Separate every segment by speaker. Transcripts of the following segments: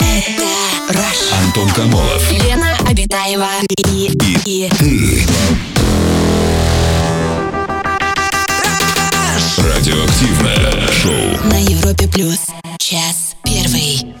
Speaker 1: Это Rush.
Speaker 2: Антон Камолов
Speaker 1: Лена Обитаева и, и,
Speaker 2: ты. Радиоактивное шоу.
Speaker 1: на Европе плюс час первый.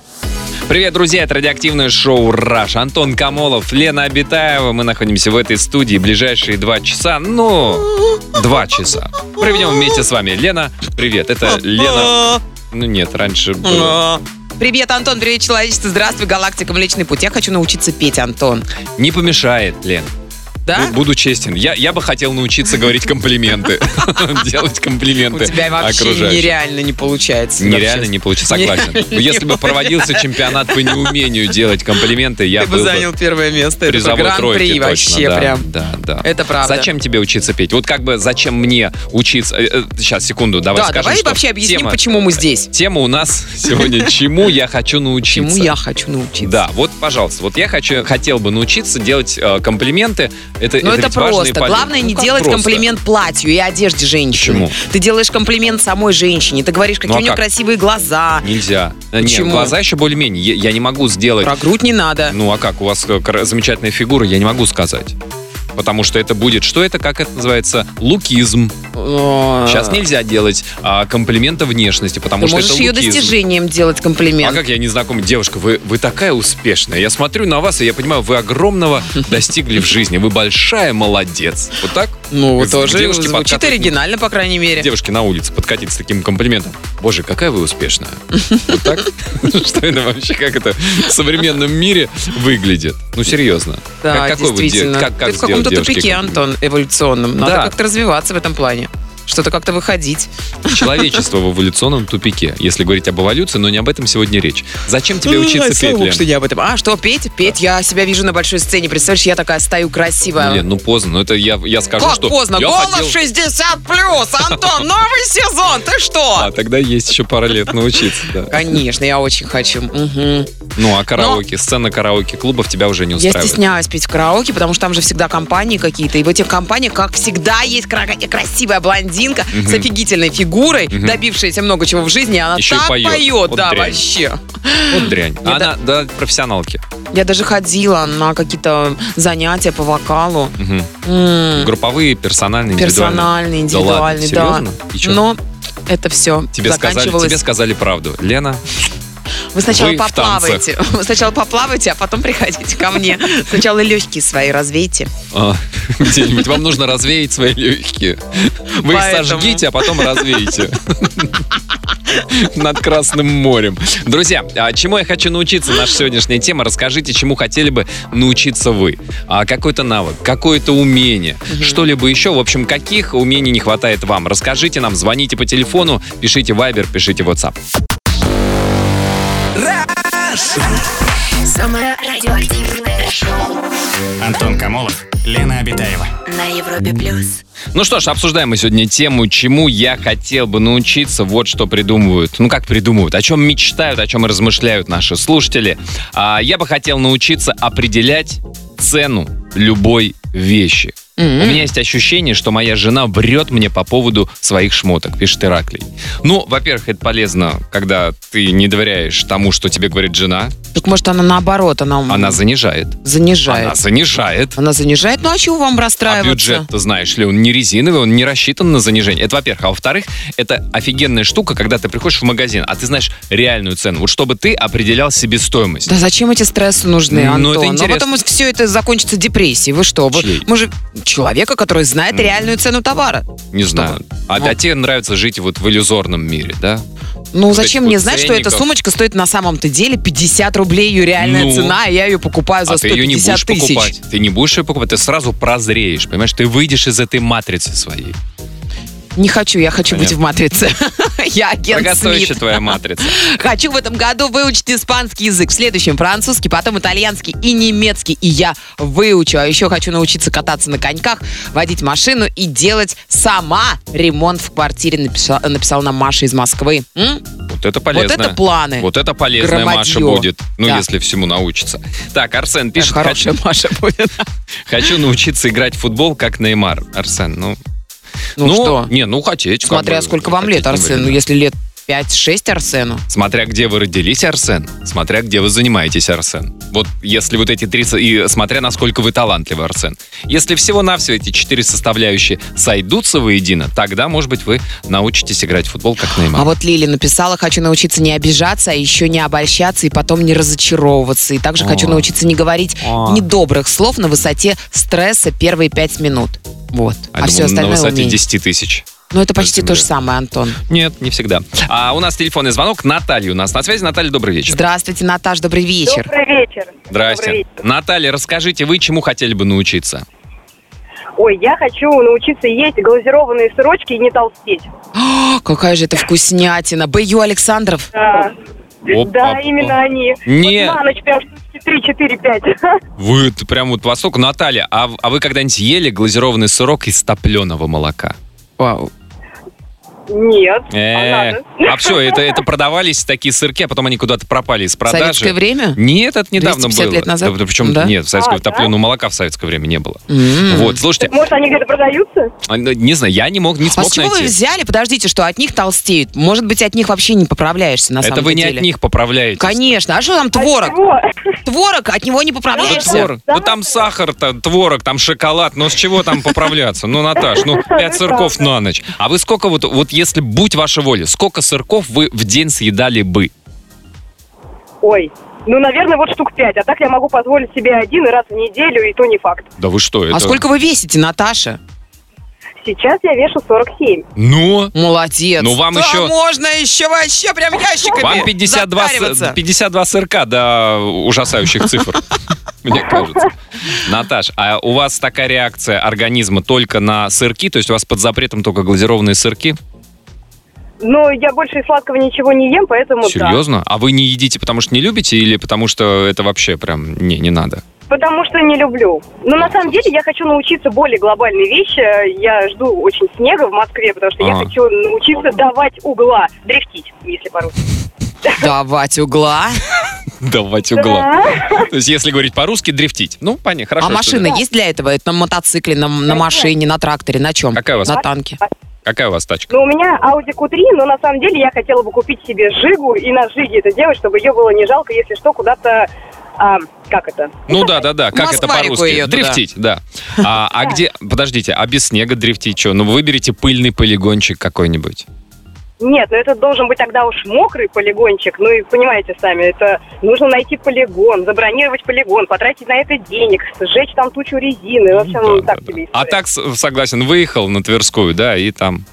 Speaker 3: Привет, друзья, это радиоактивное шоу «Раш». Антон Камолов, Лена Абитаева. Мы находимся в этой студии ближайшие два часа. Ну, два часа. Проведем вместе с вами. Лена, привет. Это Лена... Ну нет, раньше было...
Speaker 4: Привет, Антон, привет, человечество. Здравствуй, галактика, Млечный Путь. Я хочу научиться петь, Антон.
Speaker 3: Не помешает, Лен.
Speaker 4: Да?
Speaker 3: Бу- Буду честен. Я, я бы хотел научиться говорить комплименты. Делать
Speaker 4: У
Speaker 3: комплименты
Speaker 4: тебя вообще
Speaker 3: окружающим.
Speaker 4: нереально не получается.
Speaker 3: Нереально
Speaker 4: вообще.
Speaker 3: не получится, согласен.
Speaker 4: Нереально
Speaker 3: Если бы
Speaker 4: не
Speaker 3: проводился чемпионат по неумению делать комплименты, я
Speaker 4: Ты бы
Speaker 3: был бы
Speaker 4: занял первое место. Это
Speaker 3: призовой тройке
Speaker 4: гран-при
Speaker 3: точно,
Speaker 4: вообще
Speaker 3: да,
Speaker 4: прям.
Speaker 3: Да, да.
Speaker 4: Это правда.
Speaker 3: Зачем тебе учиться петь? Вот как бы зачем мне учиться? Сейчас, секунду, давай
Speaker 4: да,
Speaker 3: скажем,
Speaker 4: давай
Speaker 3: что
Speaker 4: вообще объясним,
Speaker 3: тема,
Speaker 4: почему мы здесь.
Speaker 3: Тема у нас сегодня «Чему я хочу научиться?»
Speaker 4: Чему я хочу научиться.
Speaker 3: Да, вот, пожалуйста, вот я хочу, хотел бы научиться делать э, комплименты. Это,
Speaker 4: Но Ну, это,
Speaker 3: ведь важно и
Speaker 4: просто.
Speaker 3: полезно.
Speaker 4: Главное не
Speaker 3: Ну, как
Speaker 4: делать
Speaker 3: просто?
Speaker 4: комплимент платью и одежде женщины.
Speaker 3: Почему?
Speaker 4: Ты делаешь комплимент самой женщине. Ты говоришь, какие
Speaker 3: Ну, а
Speaker 4: у нее
Speaker 3: как?
Speaker 4: красивые глаза.
Speaker 3: Нельзя. Э, Нет,
Speaker 4: Почему?
Speaker 3: глаза еще более-менее. Я, я не могу сделать...
Speaker 4: Про грудь не надо.
Speaker 3: Ну, а как? У вас э, кра- замечательная фигура, я не могу сказать. Потому что это будет... Что это? Как это называется? Лукизм. Сейчас
Speaker 4: Сейчас
Speaker 3: Ну, нельзя делать а, комплименты внешности, потому
Speaker 4: А. Ты
Speaker 3: что
Speaker 4: можешь
Speaker 3: это
Speaker 4: ее
Speaker 3: лукизм.
Speaker 4: достижением делать
Speaker 3: А
Speaker 4: комплимент.
Speaker 3: как я не знаком, девушка, вы, вы такая успешная. Я смотрю на вас, и я понимаю, вы огромного достигли в жизни. Вы большая молодец. Вот так?
Speaker 4: Ну,
Speaker 3: Где-
Speaker 4: тоже
Speaker 3: девушки
Speaker 4: звучит
Speaker 3: подкатывают.
Speaker 4: оригинально, по крайней мере.
Speaker 3: Девушки на улице подкатить с таким комплиментом. Боже, какая вы успешная. Вот так? Что это вообще, как это в современном мире выглядит? Ну, серьезно.
Speaker 4: Да,
Speaker 3: Как- какой вы де-
Speaker 4: действительно.
Speaker 3: как- как
Speaker 4: Ты в каком-то
Speaker 3: сделать девушке
Speaker 4: тупике,
Speaker 3: комплимент?
Speaker 4: Антон, эволюционном. Надо
Speaker 3: Да.
Speaker 4: как-то развиваться в этом плане. Что-то как-то выходить.
Speaker 3: Человечество в эволюционном тупике, если говорить об эволюции, но не об этом сегодня речь. Зачем тебе учиться
Speaker 4: Ай, слава
Speaker 3: петь,
Speaker 4: богу,
Speaker 3: Лен?
Speaker 4: что не об этом. А, что, петь? Петь, я себя вижу на большой сцене. Представляешь, я такая стою красивая.
Speaker 3: Лен, ну поздно, ну это я, я скажу,
Speaker 4: Типа, как
Speaker 3: что...
Speaker 4: поздно?
Speaker 3: я
Speaker 4: Голос
Speaker 3: хотел-
Speaker 4: 60 плюс! Антон, новый сезон! Ты
Speaker 3: А,
Speaker 4: что?
Speaker 3: тогда есть еще пара лет научиться, да.
Speaker 4: Конечно, я очень хочу. Мгм.
Speaker 3: Ну, а караоке, сцена караоке-клубов тебя уже не
Speaker 4: Я
Speaker 3: устраивает.
Speaker 4: стесняюсь петь в караоке, потому что там же всегда компании какие-то. И в этих компаниях, как всегда, есть кра- э, красивая блондинка с
Speaker 3: Мгм.
Speaker 4: офигительной фигурой,
Speaker 3: Мгм.
Speaker 4: добившаяся много чего в жизни. и Она
Speaker 3: Еще и
Speaker 4: так
Speaker 3: поет.
Speaker 4: поет,
Speaker 3: Вот
Speaker 4: да,
Speaker 3: дрянь.
Speaker 4: вообще.
Speaker 3: Вот дрянь.
Speaker 4: Я
Speaker 3: Она, да, профессионалки.
Speaker 4: Я даже ходила на какие-то занятия по вокалу.
Speaker 3: Мгм.
Speaker 4: М,
Speaker 3: Групповые, персональные, индивидуальные.
Speaker 4: Персональный,
Speaker 3: Да ладно,
Speaker 4: индивидуальный, да.
Speaker 3: серьезно? И чё?
Speaker 4: Но это все
Speaker 3: Тебе сказали,
Speaker 4: заканчивалось.
Speaker 3: тебе сказали правду. Лена,
Speaker 4: Вы сначала
Speaker 3: Вы в
Speaker 4: поплавайте. Вы сначала поплавайте, а потом приходите ко мне. Сначала легкие свои развейте.
Speaker 3: а, где-нибудь вам нужно развеять свои легкие. Вы их
Speaker 4: Поэтому.
Speaker 3: сожгите, а потом развеете. Над Красным морем. Друзья, а чему я хочу научиться, наша сегодняшняя тема. Расскажите, чему хотели бы научиться вы. А, какой-то навык, какое-то умение, что-либо еще. В общем, каких умений не хватает вам? Расскажите нам, звоните по телефону, пишите Viber, пишите WhatsApp.
Speaker 1: Самое радиоактивное шоу
Speaker 5: Антон Камолов, Лена Обитаева.
Speaker 1: на Европе плюс.
Speaker 3: Ну что ж, обсуждаем мы сегодня тему, чему я хотел бы научиться, вот что придумывают. Ну как придумывают, о чем мечтают, о чем размышляют наши слушатели. А, я бы хотел научиться определять цену любой вещи. У меня есть ощущение, что моя жена врет мне по поводу своих шмоток, пишет Ираклий. Ну, во-первых, это полезно, когда ты не доверяешь тому, что тебе говорит жена.
Speaker 4: Так может она наоборот, она,
Speaker 3: Она занижает.
Speaker 4: занижает.
Speaker 3: Она
Speaker 4: Она...
Speaker 3: занижает.
Speaker 4: занижает. Ну а чего вам
Speaker 3: А
Speaker 4: расстраиваться?
Speaker 3: бюджет, ты знаешь ли, он не резиновый, он не рассчитан на занижение. Это во-первых. А во-вторых, это офигенная штука, когда ты приходишь в магазин, а ты знаешь реальную цену. Вот чтобы ты определял себестоимость.
Speaker 4: Да зачем эти стрессы нужны,
Speaker 3: Ну,
Speaker 4: Антон?
Speaker 3: это интересно.
Speaker 4: А потом все это закончится депрессией. Вы что? Вы,
Speaker 3: Чьей?
Speaker 4: мы же человека, который знает реальную цену товара.
Speaker 3: Не знаю. А,
Speaker 4: Ну.
Speaker 3: а тебе нравится жить вот в иллюзорном мире, да?
Speaker 4: Ну
Speaker 3: Вот этих
Speaker 4: зачем мне
Speaker 3: вот
Speaker 4: знать, что эта
Speaker 3: ценников.
Speaker 4: сумочка стоит на самом-то деле 50 рублей, ее реальная
Speaker 3: Ну.
Speaker 4: цена, а я ее покупаю за
Speaker 3: а ты ее не
Speaker 4: 150
Speaker 3: будешь
Speaker 4: тысяч.
Speaker 3: покупать. Ты не будешь ее покупать, ты сразу прозреешь, понимаешь? Ты выйдешь из этой матрицы своей.
Speaker 4: Не хочу, я хочу быть
Speaker 3: Понятно.
Speaker 4: в матрице. Я агент Смит.
Speaker 3: Проготовище твоя матрица.
Speaker 4: Хочу в этом году выучить испанский язык, в следующем французский, потом итальянский и немецкий. И я выучу. А еще хочу научиться кататься на коньках, водить машину и делать сама ремонт в квартире, написала, написала нам Маша из Москвы. М?
Speaker 3: Вот это
Speaker 4: Вот
Speaker 3: полезно.
Speaker 4: это планы.
Speaker 3: Вот это полезная Маша
Speaker 4: Громадье.
Speaker 3: будет, ну,
Speaker 4: Да.
Speaker 3: если всему научится. Так, Арсен
Speaker 4: Э,
Speaker 3: пишет, хочу,
Speaker 4: Хорошая Маша будет.
Speaker 3: Хочу научиться играть в футбол, как Неймар. Арсен, ну...
Speaker 4: Ну что?
Speaker 3: Не, ну хотеть. как
Speaker 4: Смотря
Speaker 3: бы,
Speaker 4: сколько вам
Speaker 3: хотеть
Speaker 4: лет,
Speaker 3: не
Speaker 4: Арсен.
Speaker 3: вредно.
Speaker 4: Ну, если лет 5-6 Арсену.
Speaker 3: Смотря где вы родились, Арсен, смотря где вы занимаетесь, Арсен. Вот если вот эти три... со- И смотря насколько вы талантливы, Арсен. Если всего-навсего эти четыре составляющие сойдутся воедино, тогда, может быть, вы научитесь играть в футбол как
Speaker 4: А
Speaker 3: Неймар.
Speaker 4: вот Лили написала, хочу научиться не обижаться, а еще не обольщаться и потом не разочаровываться. И также хочу
Speaker 3: О.
Speaker 4: научиться не говорить
Speaker 3: О.
Speaker 4: недобрых слов на высоте стресса первые пять минут. Вот. А,
Speaker 3: Я думаю,
Speaker 4: все
Speaker 3: на
Speaker 4: остальное
Speaker 3: высоте
Speaker 4: умение.
Speaker 3: 10 тысяч.
Speaker 4: Ну, это почти
Speaker 3: Разумею.
Speaker 4: то же самое, Антон.
Speaker 3: Нет, не всегда. А у нас телефонный звонок. Наталья у нас на связи. Наталья, добрый вечер.
Speaker 4: Здравствуйте, Наташ, добрый вечер.
Speaker 6: Добрый вечер. Добрый
Speaker 3: Здрасте.
Speaker 6: вечер.
Speaker 3: Наталья, расскажите, вы чему хотели бы научиться?
Speaker 6: Ой, я хочу научиться есть глазированные сырочки и не толстеть.
Speaker 4: А, какая же это вкуснятина. Б.Ю. Александров.
Speaker 6: Да,
Speaker 3: Опа.
Speaker 6: А, да именно они.
Speaker 3: Не.
Speaker 6: Вот на ночь прям штучки три, четыре, пять.
Speaker 3: Вы т- прям вот восток. Наталья, а, в- а вы когда-нибудь ели глазированный сырок из топленого молока?
Speaker 4: Вау.
Speaker 6: Нет, а
Speaker 3: Э,
Speaker 6: надо.
Speaker 3: А все, это, это продавались такие сырки, а потом они куда-то пропали из
Speaker 4: В
Speaker 3: продажи.
Speaker 4: советское время?
Speaker 3: Нет, это недавно
Speaker 4: 250
Speaker 3: было.
Speaker 4: лет назад?
Speaker 3: причем
Speaker 4: Да?
Speaker 3: нет, в советское
Speaker 6: А, да?
Speaker 3: топленого молока в советское время не было.
Speaker 4: М.
Speaker 3: Вот, слушайте,
Speaker 6: Может, они где-то продаются?
Speaker 3: а, ну, не знаю, я не мог, не
Speaker 4: А
Speaker 3: смог
Speaker 4: с чего вы
Speaker 3: найти.
Speaker 4: взяли? Подождите, что от них толстеют. Может быть, от них вообще не поправляешься на
Speaker 3: Это
Speaker 4: самом
Speaker 3: вы не
Speaker 4: деле.
Speaker 3: от них поправляете.
Speaker 4: Конечно. А что там
Speaker 6: От
Speaker 4: творог?
Speaker 6: чего?
Speaker 4: Творог, от него не
Speaker 3: Ну, да
Speaker 4: поправляешься.
Speaker 3: творог.
Speaker 6: Да.
Speaker 3: Ну, там сахар, там творог, там шоколад. Ну с чего там поправляться? Ну, Наташ, ну пять сырков на ночь. А вы сколько вот, вот если будь ваша воля, сколько сырков вы в день съедали бы?
Speaker 6: Ой, ну, наверное, вот штук пять. А так я могу позволить себе один раз в неделю, и то не факт.
Speaker 3: Да вы что, это...
Speaker 4: А сколько вы весите, Наташа?
Speaker 6: Сейчас я вешу 47.
Speaker 3: Ну,
Speaker 4: Молодец.
Speaker 3: Ну, вам
Speaker 4: Да
Speaker 3: еще-
Speaker 4: можно еще вообще прям ящиками
Speaker 3: вам 52, с- э,
Speaker 4: затариваться.
Speaker 3: 52 сырка до ужасающих цифр. Мне кажется. Наташ, а у вас такая реакция организма только на сырки? То есть у вас под запретом только глазированные сырки?
Speaker 6: Но я больше и сладкого ничего не ем, поэтому Ну да.
Speaker 3: Серьезно? А вы не едите, потому что не любите или потому что это вообще прям не, не надо?
Speaker 6: Потому что не люблю. Но на самом деле я хочу научиться более глобальной вещи. Я жду очень снега в Москве, потому что я
Speaker 3: А.
Speaker 6: хочу научиться давать угла, дрифтить, если по-русски.
Speaker 4: Давать угла.
Speaker 3: Давать угла. То есть, если говорить по-русски, дрифтить. Ну, понятно, хорошо.
Speaker 4: а
Speaker 3: что-
Speaker 4: машина есть для этого? Это на мотоцикле, на, на машине, на тракторе, на чем?
Speaker 3: Какая у вас?
Speaker 4: На танке.
Speaker 3: Какая у вас тачка?
Speaker 6: Но у меня Audi Q3, но на самом деле я хотела бы купить себе Жигу и на Жиге это делать, чтобы ее было не жалко, если что, куда-то... а, как это?
Speaker 3: Ну да, да, да. Как это
Speaker 4: Москварику
Speaker 3: по-русски?
Speaker 4: ее туда.
Speaker 3: дрифтить, да. А, а где. Подождите, а без снега дрифтить что? Ну, выберите пыльный полигончик какой-нибудь.
Speaker 6: Нет, ну это должен быть тогда уж мокрый полигончик. Ну и понимаете сами, это нужно найти полигон, забронировать полигон, потратить на это денег, сжечь там тучу резины. В
Speaker 3: Да,
Speaker 6: общем,
Speaker 3: да,
Speaker 6: ну, так
Speaker 3: да.
Speaker 6: себе история.
Speaker 3: А так с- согласен, выехал на Тверскую, да, и там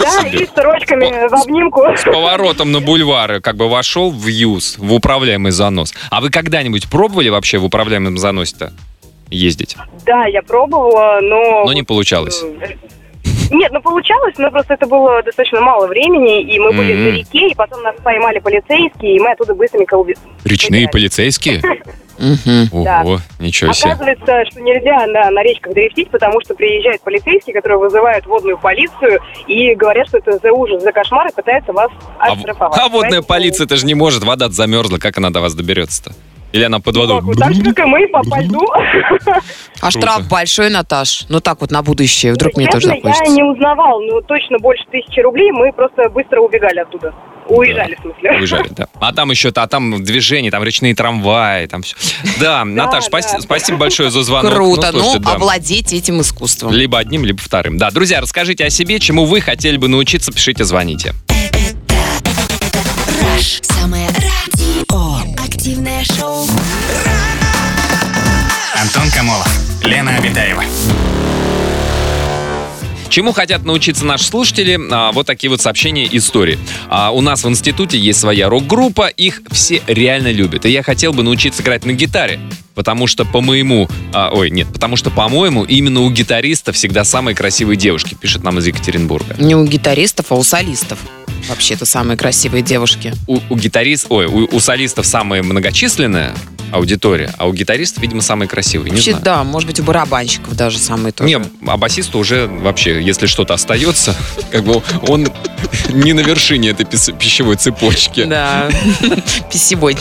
Speaker 6: Да,
Speaker 3: Себе.
Speaker 6: и с сырочками в обнимку.
Speaker 3: с поворотом на бульвары как бы вошел в юз, в управляемый занос. А вы когда-нибудь пробовали вообще в управляемом заносе-то ездить?
Speaker 6: Да, я пробовала, но...
Speaker 3: Но не получалось.
Speaker 6: Э, Нет, ну получалось, но просто это было достаточно мало времени, и мы были
Speaker 3: Мгм.
Speaker 6: на реке, и потом нас поймали полицейские, и мы оттуда быстренько уби...
Speaker 3: Речные
Speaker 6: Да.
Speaker 3: полицейские?
Speaker 4: Мгм.
Speaker 6: Да. А
Speaker 3: Ого, ничего себе.
Speaker 6: Оказывается, что нельзя на, на речках дрифтить, потому что приезжают полицейские, которые вызывают водную полицию, и говорят, что это за ужас, за кошмар, и пытаются вас
Speaker 3: А,
Speaker 6: оштрафовать.
Speaker 3: а водная
Speaker 6: Поэтому-
Speaker 3: полиция-то же не может, вода замерзла, как она до вас доберется-то? Или она под водой?
Speaker 6: Вот Так же, Ну, как и мы, по по льду.
Speaker 3: Круто.
Speaker 4: А штраф большой, Наташ? Ну так вот на будущее. Вдруг мне тоже
Speaker 6: Честно,
Speaker 4: так хочется.
Speaker 6: я не узнавал, но точно больше тысячи рублей. Мы просто быстро убегали оттуда. Уезжали, в смысле.
Speaker 3: Уезжали, да. А там еще, а там движение, там речные трамваи, там все. Да, Наташ,
Speaker 6: да.
Speaker 3: спаси- спасибо большое за звонок.
Speaker 4: Круто. Ну,
Speaker 3: слушайте, да.
Speaker 4: обладеть этим искусством.
Speaker 3: Либо одним, либо вторым. Да, друзья, расскажите о себе, чему вы хотели бы научиться, пишите, звоните.
Speaker 1: Раш. Самое радио. Активное шоу.
Speaker 5: Антон Камолов, Лена Обитаева.
Speaker 3: Чему хотят научиться наши слушатели? А, вот такие вот сообщения истории. А, у нас в институте есть своя рок-группа, их все реально любят. И я хотел бы научиться играть на гитаре. Потому что, по моему... а, ой, нет, потому что, по-моему, именно у гитариста всегда самые красивые девушки, пишет нам из Екатеринбурга.
Speaker 4: Не у гитаристов, а у солистов. Вообще-то самые красивые девушки.
Speaker 3: У, у гитарист... Ой, у, у солистов самые многочисленные, аудитория. А у гитаристов, видимо, самые красивые. Не
Speaker 4: Вообще,
Speaker 3: знаю.
Speaker 4: да, может быть, у барабанщиков даже самый то.
Speaker 3: Не, а басисту уже вообще, если что-то остается, как бы он не на вершине этой пис- пищевой цепочки.
Speaker 4: Да. Писевой.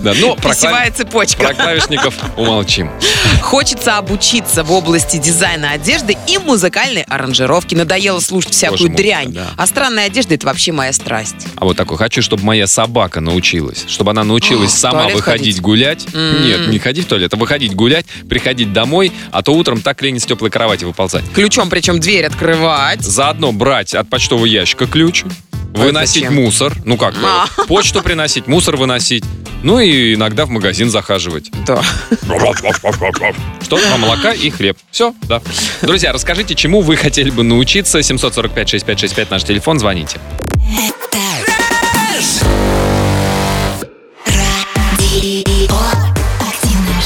Speaker 3: Да, но про, клави-
Speaker 4: Писевая
Speaker 3: про
Speaker 4: цепочка.
Speaker 3: клавишников умолчим.
Speaker 4: Хочется обучиться в области дизайна одежды и музыкальной аранжировки. Надоело слушать всякую
Speaker 3: мой,
Speaker 4: дрянь.
Speaker 3: да.
Speaker 4: А странная одежда это вообще моя страсть.
Speaker 3: А вот такой, хочу, чтобы моя собака научилась, чтобы она научилась
Speaker 4: А, в
Speaker 3: сама
Speaker 4: туалет
Speaker 3: выходить
Speaker 4: ходить?
Speaker 3: гулять.
Speaker 4: М.
Speaker 3: Нет, не ходить в туалет, а выходить гулять, приходить домой, а то утром так лень с теплой кровати выползать.
Speaker 4: Ключом, причем дверь открывать.
Speaker 3: Заодно брать от почтового ящика ключ, выносить
Speaker 4: А зачем?
Speaker 3: мусор, ну как, э,
Speaker 4: А.
Speaker 3: почту приносить, мусор выносить, ну и иногда в магазин захаживать.
Speaker 4: Да.
Speaker 3: Что? Два молока и хлеб. Все, да. Друзья, расскажите, чему вы хотели бы научиться. 745-6565 наш телефон, звоните.
Speaker 1: Радио. Активное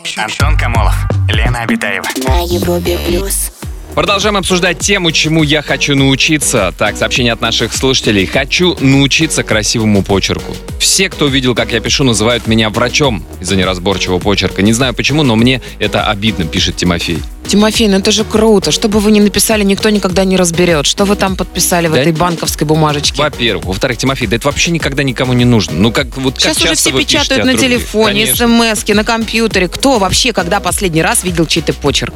Speaker 1: шоу.
Speaker 5: Антон Камолов, Лена Обитаева.
Speaker 1: На Европе плюс.
Speaker 3: Продолжаем обсуждать тему, чему я хочу научиться. Так, сообщение от наших слушателей. Хочу научиться красивому почерку. Все, кто видел, как я пишу, называют меня врачом из-за неразборчивого почерка. Не знаю почему, но мне это обидно, пишет Тимофей.
Speaker 4: Тимофей, ну это же круто. Что бы вы ни написали, никто никогда не разберет. Что вы там подписали в
Speaker 3: Да
Speaker 4: этой
Speaker 3: не-
Speaker 4: банковской бумажечке?
Speaker 3: Во-первых. Во-вторых, Тимофей, да это вообще никогда никому не нужно. Ну как вот как
Speaker 4: Сейчас уже
Speaker 3: часто
Speaker 4: все
Speaker 3: вы пишете
Speaker 4: печатают
Speaker 3: от
Speaker 4: на
Speaker 3: руки?
Speaker 4: телефоне,
Speaker 3: Конечно.
Speaker 4: смс на компьютере. Кто вообще, когда последний раз видел чей-то почерк?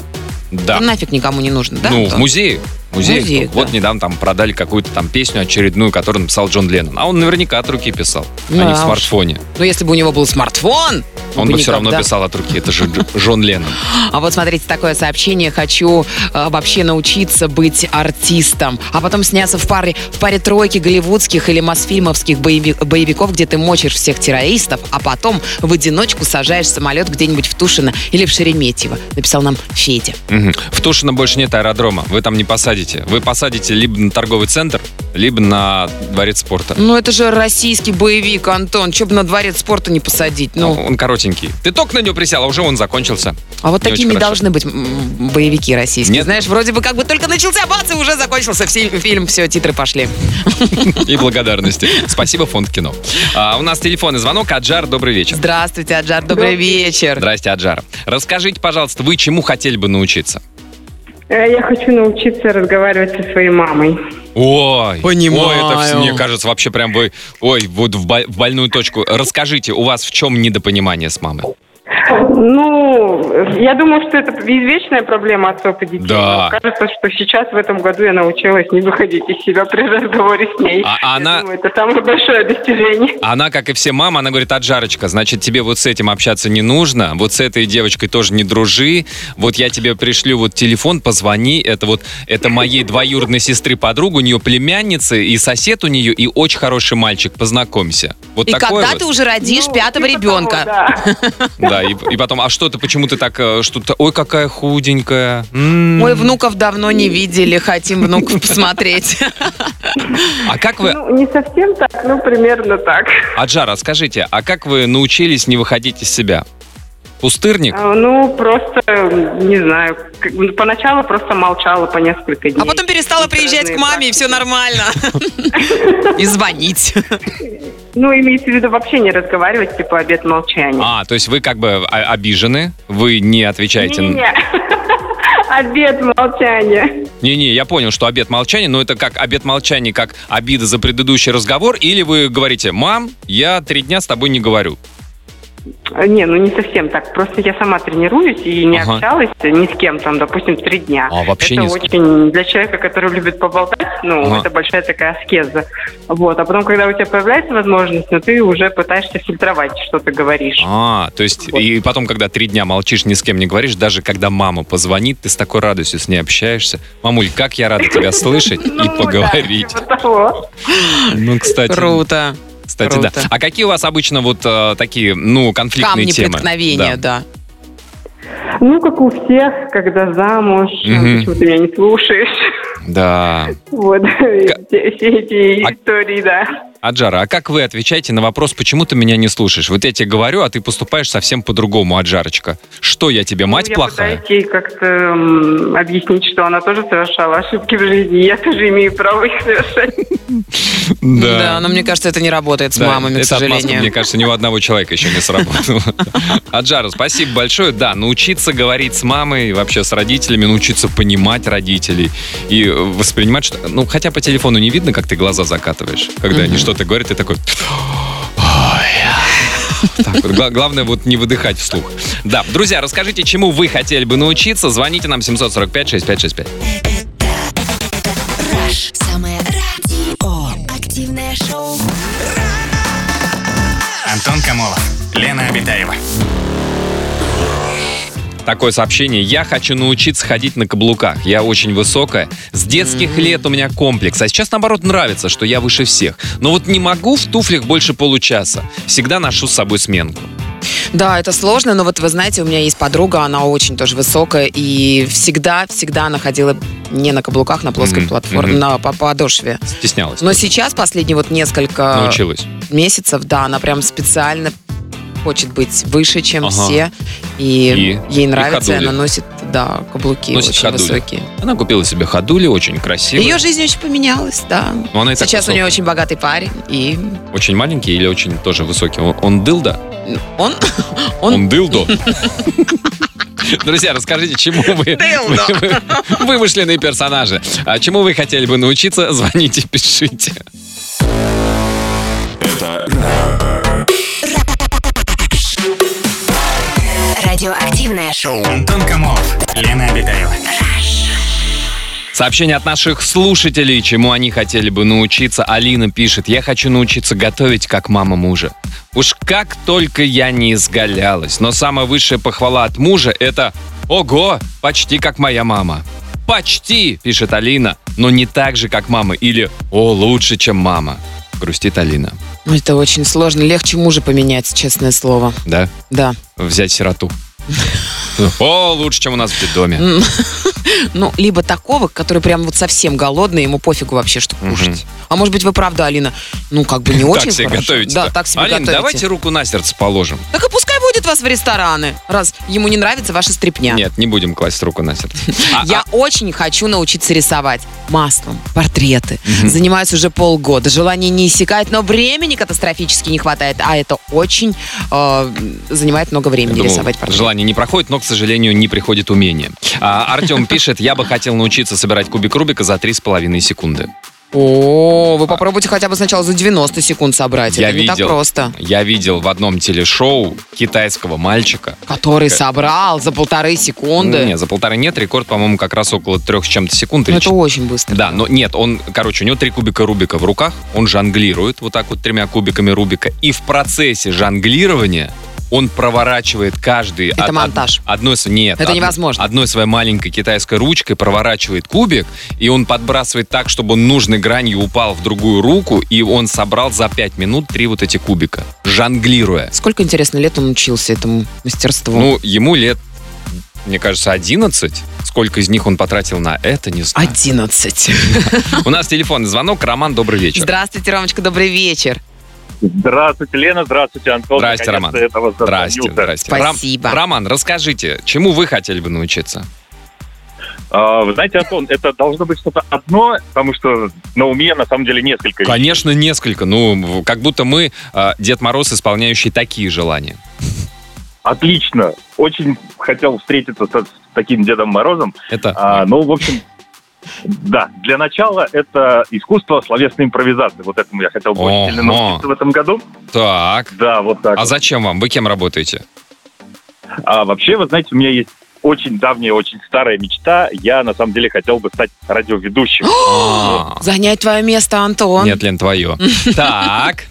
Speaker 3: Да.
Speaker 4: Это нафиг никому не нужно, да?
Speaker 3: ну, в
Speaker 4: Антон?
Speaker 3: музее. Музей.
Speaker 4: Музей,
Speaker 3: кто? Вот
Speaker 4: да.
Speaker 3: недавно там продали какую-то там песню очередную, которую написал Джон Леннон. А он наверняка от руки писал, а
Speaker 4: Да
Speaker 3: не в
Speaker 4: уж.
Speaker 3: смартфоне.
Speaker 4: Ну, если бы у него был смартфон,
Speaker 3: Он бы все равно
Speaker 4: никогда.
Speaker 3: писал от руки. Это же Дж- Джон Леннон.
Speaker 4: А вот смотрите, такое сообщение. Хочу э, вообще научиться быть артистом, а потом сняться в паре, в паре тройки голливудских или мосфильмовских боеви- боевиков, где ты мочишь всех террористов, а потом в одиночку сажаешь самолет где-нибудь в Тушино или в Шереметьево. Написал нам Федя.
Speaker 3: Мгм. В Тушино больше нет аэродрома. Вы там не посадите. Вы посадите либо на торговый центр, либо на дворец спорта.
Speaker 4: Ну, это же российский боевик, Антон. Че бы на дворец спорта не посадить? Ну,
Speaker 3: Он коротенький. Ты только на него присел, а уже он закончился.
Speaker 4: а вот
Speaker 3: не очень
Speaker 4: такими
Speaker 3: хорошо.
Speaker 4: должны быть м, боевики российские.
Speaker 3: Нет.
Speaker 4: Знаешь, вроде бы как бы только начался, бац, и уже закончился все- фильм, все, титры пошли.
Speaker 3: И благодарности. Спасибо, фонд кино. А, у нас телефонный звонок. Аджар, добрый вечер.
Speaker 4: Здравствуйте, Аджар, добрый вечер.
Speaker 3: Здрасте, Аджар. Расскажите, пожалуйста, вы чему хотели бы научиться?
Speaker 7: Э, Я хочу научиться разговаривать со своей мамой.
Speaker 3: Ой,
Speaker 4: Понимаю.
Speaker 3: Ой, это, вс- мне кажется, вообще прям вы, ой, вот в, бо- в больную точку. Расскажите, у вас в чем недопонимание с мамой?
Speaker 7: Ну, э, я думаю, что это извечная проблема отцов и детей.
Speaker 3: Да.
Speaker 7: Но кажется, что сейчас в этом году я научилась не выходить из себя при разговоре с ней.
Speaker 3: А- а
Speaker 7: Я
Speaker 3: она-
Speaker 7: думаю, это самое большое достижение.
Speaker 3: Она, как и все мамы, она говорит, Аджарочка, значит, тебе вот с этим общаться не нужно, вот с этой девочкой тоже не дружи, вот я тебе пришлю вот телефон, позвони, это вот, это моей двоюродной сестры подруга, у нее племянница и сосед у нее, и очень хороший мальчик, познакомься. Вот
Speaker 4: И
Speaker 3: такое
Speaker 4: когда
Speaker 3: вот.
Speaker 4: ты уже родишь
Speaker 7: Ну,
Speaker 4: пятого
Speaker 7: типа
Speaker 4: ребенка.
Speaker 7: того, да.
Speaker 3: Да, и, и потом, а что ты, почему ты так, э, что-то, ой, какая худенькая. м.
Speaker 4: Мой внуков давно не видели, хотим внуков посмотреть.
Speaker 3: А как вы,
Speaker 7: Ну, не совсем так, но примерно так.
Speaker 3: Аджара, скажите, а как вы научились не выходить из себя? Пустырник?
Speaker 7: А, Ну, просто, м, не знаю, как- ну, поначалу просто молчала по несколько дней.
Speaker 4: А потом перестала приезжать к маме, и все нормально. И звонить.
Speaker 7: Ну, имеется в виду вообще не разговаривать, типа обед молчания.
Speaker 3: А, то есть вы как бы а, обижены, вы не отвечаете. на-
Speaker 7: Не-не-не. Обед молчания.
Speaker 3: Не-не, я понял, что обед молчания, но это как обед молчания, как обида за предыдущий разговор, или вы говорите, мам, я три дня с тобой не говорю.
Speaker 7: А, Не, ну не совсем так. Просто я сама тренируюсь и не
Speaker 3: Ага.
Speaker 7: общалась ни с кем там, допустим, три дня.
Speaker 3: А, вообще
Speaker 7: это
Speaker 3: не с кем.
Speaker 7: очень для человека, который любит поболтать, ну,
Speaker 3: Ага.
Speaker 7: это большая такая аскеза. Вот. А потом, когда у тебя появляется возможность, ну, ты уже пытаешься фильтровать, что ты говоришь.
Speaker 3: А, то есть,
Speaker 7: Вот.
Speaker 3: и потом, когда три дня молчишь, ни с кем не говоришь, даже когда мама позвонит, ты с такой радостью с ней общаешься. Мамуль, как я рада тебя слышать
Speaker 7: Ну,
Speaker 3: и
Speaker 7: да,
Speaker 3: поговорить.
Speaker 7: типа того.
Speaker 3: Ну, кстати,
Speaker 4: Круто.
Speaker 3: кстати, да.
Speaker 4: круто.
Speaker 3: А какие у вас обычно вот э, такие, ну, конфликтные
Speaker 4: Камни
Speaker 3: темы?
Speaker 4: преткновения, да.
Speaker 7: Ну, как у всех, когда замуж,
Speaker 3: Мгм.
Speaker 7: почему ты меня не слушаешь.
Speaker 3: Да.
Speaker 7: Вот, все эти
Speaker 3: А-
Speaker 7: истории, да.
Speaker 3: Аджара, а как вы отвечаете на вопрос, почему ты меня не слушаешь? Вот я тебе говорю, а ты поступаешь совсем по-другому, Аджарочка. Что я тебе, мать
Speaker 8: Ну, я
Speaker 3: плохая?
Speaker 8: пытаюсь ей как-то м, объяснить, что она тоже совершала ошибки в жизни, и я тоже имею право их совершать.
Speaker 4: но мне кажется, это не работает с
Speaker 3: Да,
Speaker 4: мамами, к
Speaker 3: эта отмазка,
Speaker 4: сожалению.
Speaker 3: мне кажется, ни у одного человека еще не сработала. Аджара, спасибо большое. Да, научиться говорить с мамой, и вообще с родителями, научиться понимать родителей и э, воспринимать, что... Ну, хотя по телефону не видно, как ты глаза закатываешь, когда они что-то говорят, ты такой... «Ой». Так вот, гла- главное вот не выдыхать вслух. Да, друзья, расскажите, чему вы хотели бы научиться. Звоните нам 745-6565.
Speaker 1: Rush. Самое радио. Активное шоу.
Speaker 5: Антон Камолов, Лена Обитаева.
Speaker 3: такое сообщение. Я хочу научиться ходить на каблуках. Я очень высокая. С детских лет у меня комплекс. А сейчас, наоборот, нравится, что я выше всех. Но вот не могу в туфлях больше получаса. Всегда ношу с собой сменку.
Speaker 4: Да, это сложно, но вот вы знаете, у меня есть подруга, она очень тоже высокая, и всегда-всегда она ходила не на каблуках, на плоской
Speaker 3: Мгм,
Speaker 4: платформе,
Speaker 3: мгм.
Speaker 4: на по- подошве.
Speaker 3: Стеснялась.
Speaker 4: Но сейчас, последние вот несколько
Speaker 3: Научилась.
Speaker 4: месяцев, да, она прям специально хочет быть выше, чем
Speaker 3: Ага.
Speaker 4: все, и,
Speaker 3: И?
Speaker 4: ей
Speaker 3: И
Speaker 4: нравится, и, она
Speaker 3: ходули.
Speaker 4: носит, да, каблуки
Speaker 3: Носит
Speaker 4: очень
Speaker 3: ходули.
Speaker 4: высокие.
Speaker 3: Она купила себе ходули, очень красивые.
Speaker 4: Ее жизнь очень поменялась, да.
Speaker 3: Но она Ну, и так
Speaker 4: Сейчас у
Speaker 3: высокая.
Speaker 4: нее очень богатый парень, и
Speaker 3: Очень маленький или очень тоже высокий? Он, он дылда?
Speaker 4: он...
Speaker 3: Он,
Speaker 4: Он-
Speaker 3: дылдо. Друзья, расскажите, чему вы, вы- вымышленные персонажи, а чему вы хотели бы научиться, звоните, пишите.
Speaker 1: Радиоактивное шоу.
Speaker 5: Антон Камолов, Лена Обитаева.
Speaker 3: Сообщение от наших слушателей, чему они хотели бы научиться. Алина пишет, я хочу научиться готовить, как мама мужа. Уж как только я не изгалялась, но самая высшая похвала от мужа – это «Ого, почти как моя мама». «Почти», – пишет Алина, но не так же, как мама, или «О, лучше, чем мама», – грустит Алина.
Speaker 4: Ну, это очень сложно, легче мужа поменять, честное слово,
Speaker 3: Да?
Speaker 4: да.
Speaker 3: Взять сироту. О, лучше, чем у нас в детдоме.
Speaker 4: М. Ну, либо такого, который прям вот совсем голодный, ему пофигу вообще, что
Speaker 3: Мгм.
Speaker 4: кушать. А может быть, вы правда, Алина, ну, как бы не очень
Speaker 3: так себе
Speaker 4: хорошо.
Speaker 3: готовите.
Speaker 4: Да, так себе
Speaker 3: Алина,
Speaker 4: готовите.
Speaker 3: давайте руку на сердце положим.
Speaker 4: Так и пускай будет вас в рестораны, раз ему не нравится ваша стряпня.
Speaker 3: Нет, не будем класть руку на сердце. А-
Speaker 4: Я очень хочу научиться рисовать маслом портреты. Занимаюсь уже полгода. Желание не иссякает, но времени катастрофически не хватает. А это очень э, занимает много
Speaker 3: Я
Speaker 4: времени
Speaker 3: думал,
Speaker 4: рисовать портреты.
Speaker 3: желание не проходит, но, к сожалению, не приходит умение. А, Артем пишет, я бы хотел научиться собирать кубик Рубика за 3,5 секунды.
Speaker 4: О, вы попробуйте хотя бы сначала за 90 секунд собрать.
Speaker 3: Я
Speaker 4: это не так
Speaker 3: видел.
Speaker 4: просто.
Speaker 3: Я видел в одном телешоу китайского мальчика.
Speaker 4: Который собрал за полторы секунды.
Speaker 3: Не, за полторы нет, рекорд, по-моему, как раз около трех с чем-то секунд.
Speaker 4: Ну,
Speaker 3: или
Speaker 4: это
Speaker 3: чет-
Speaker 4: очень быстро.
Speaker 3: Да, но нет, он, короче, у него три кубика Рубика в руках, он жонглирует вот так вот тремя кубиками Рубика, и в процессе жонглирования он проворачивает каждый...
Speaker 4: Это
Speaker 3: од- од-
Speaker 4: монтаж.
Speaker 3: Одной, с- нет.
Speaker 4: Это невозможно.
Speaker 3: Одной своей маленькой китайской ручкой проворачивает кубик, и он подбрасывает так, чтобы он нужной гранью упал в другую руку, и он собрал за пять минут три вот эти кубика, жонглируя.
Speaker 4: Сколько, интересно, лет он учился этому мастерству?
Speaker 3: Ну, ему лет, мне кажется, 11. Сколько из них он потратил на это, не знаю.
Speaker 4: 11.
Speaker 3: У нас телефонный звонок. Роман, добрый вечер.
Speaker 4: Здравствуйте, Ромочка, добрый вечер.
Speaker 9: Здравствуйте, Лена. Здравствуйте, Антон.
Speaker 3: Здрасте,
Speaker 9: Наконец-то
Speaker 3: Роман.
Speaker 9: этого
Speaker 3: Здрасте,
Speaker 9: добился.
Speaker 3: здрасте.
Speaker 4: Спасибо.
Speaker 3: Ром- Роман, расскажите, чему вы хотели бы научиться?
Speaker 9: А, вы знаете, Антон, это должно быть что-то одно, потому что на уме на самом деле несколько. вещей.
Speaker 3: Конечно, несколько. Ну, в- как будто мы э, Дед Мороз, исполняющий такие желания.
Speaker 9: Отлично. Очень хотел встретиться со- с таким Дедом Морозом.
Speaker 3: Это
Speaker 9: А, ну, в общем, да, для начала это искусство словесной импровизации. Вот этому я хотел бы очень сильно
Speaker 3: Ого.
Speaker 9: научиться в этом году.
Speaker 3: так.
Speaker 9: Да, вот так.
Speaker 3: А
Speaker 9: вот.
Speaker 3: зачем вам? Вы кем работаете?
Speaker 9: А вообще, вы знаете, у меня есть очень давняя, очень старая мечта. Я, на самом деле, хотел бы стать радиоведущим.
Speaker 3: А,
Speaker 4: Занять твое место, Антон.
Speaker 3: Нет, Лен, твое. Так.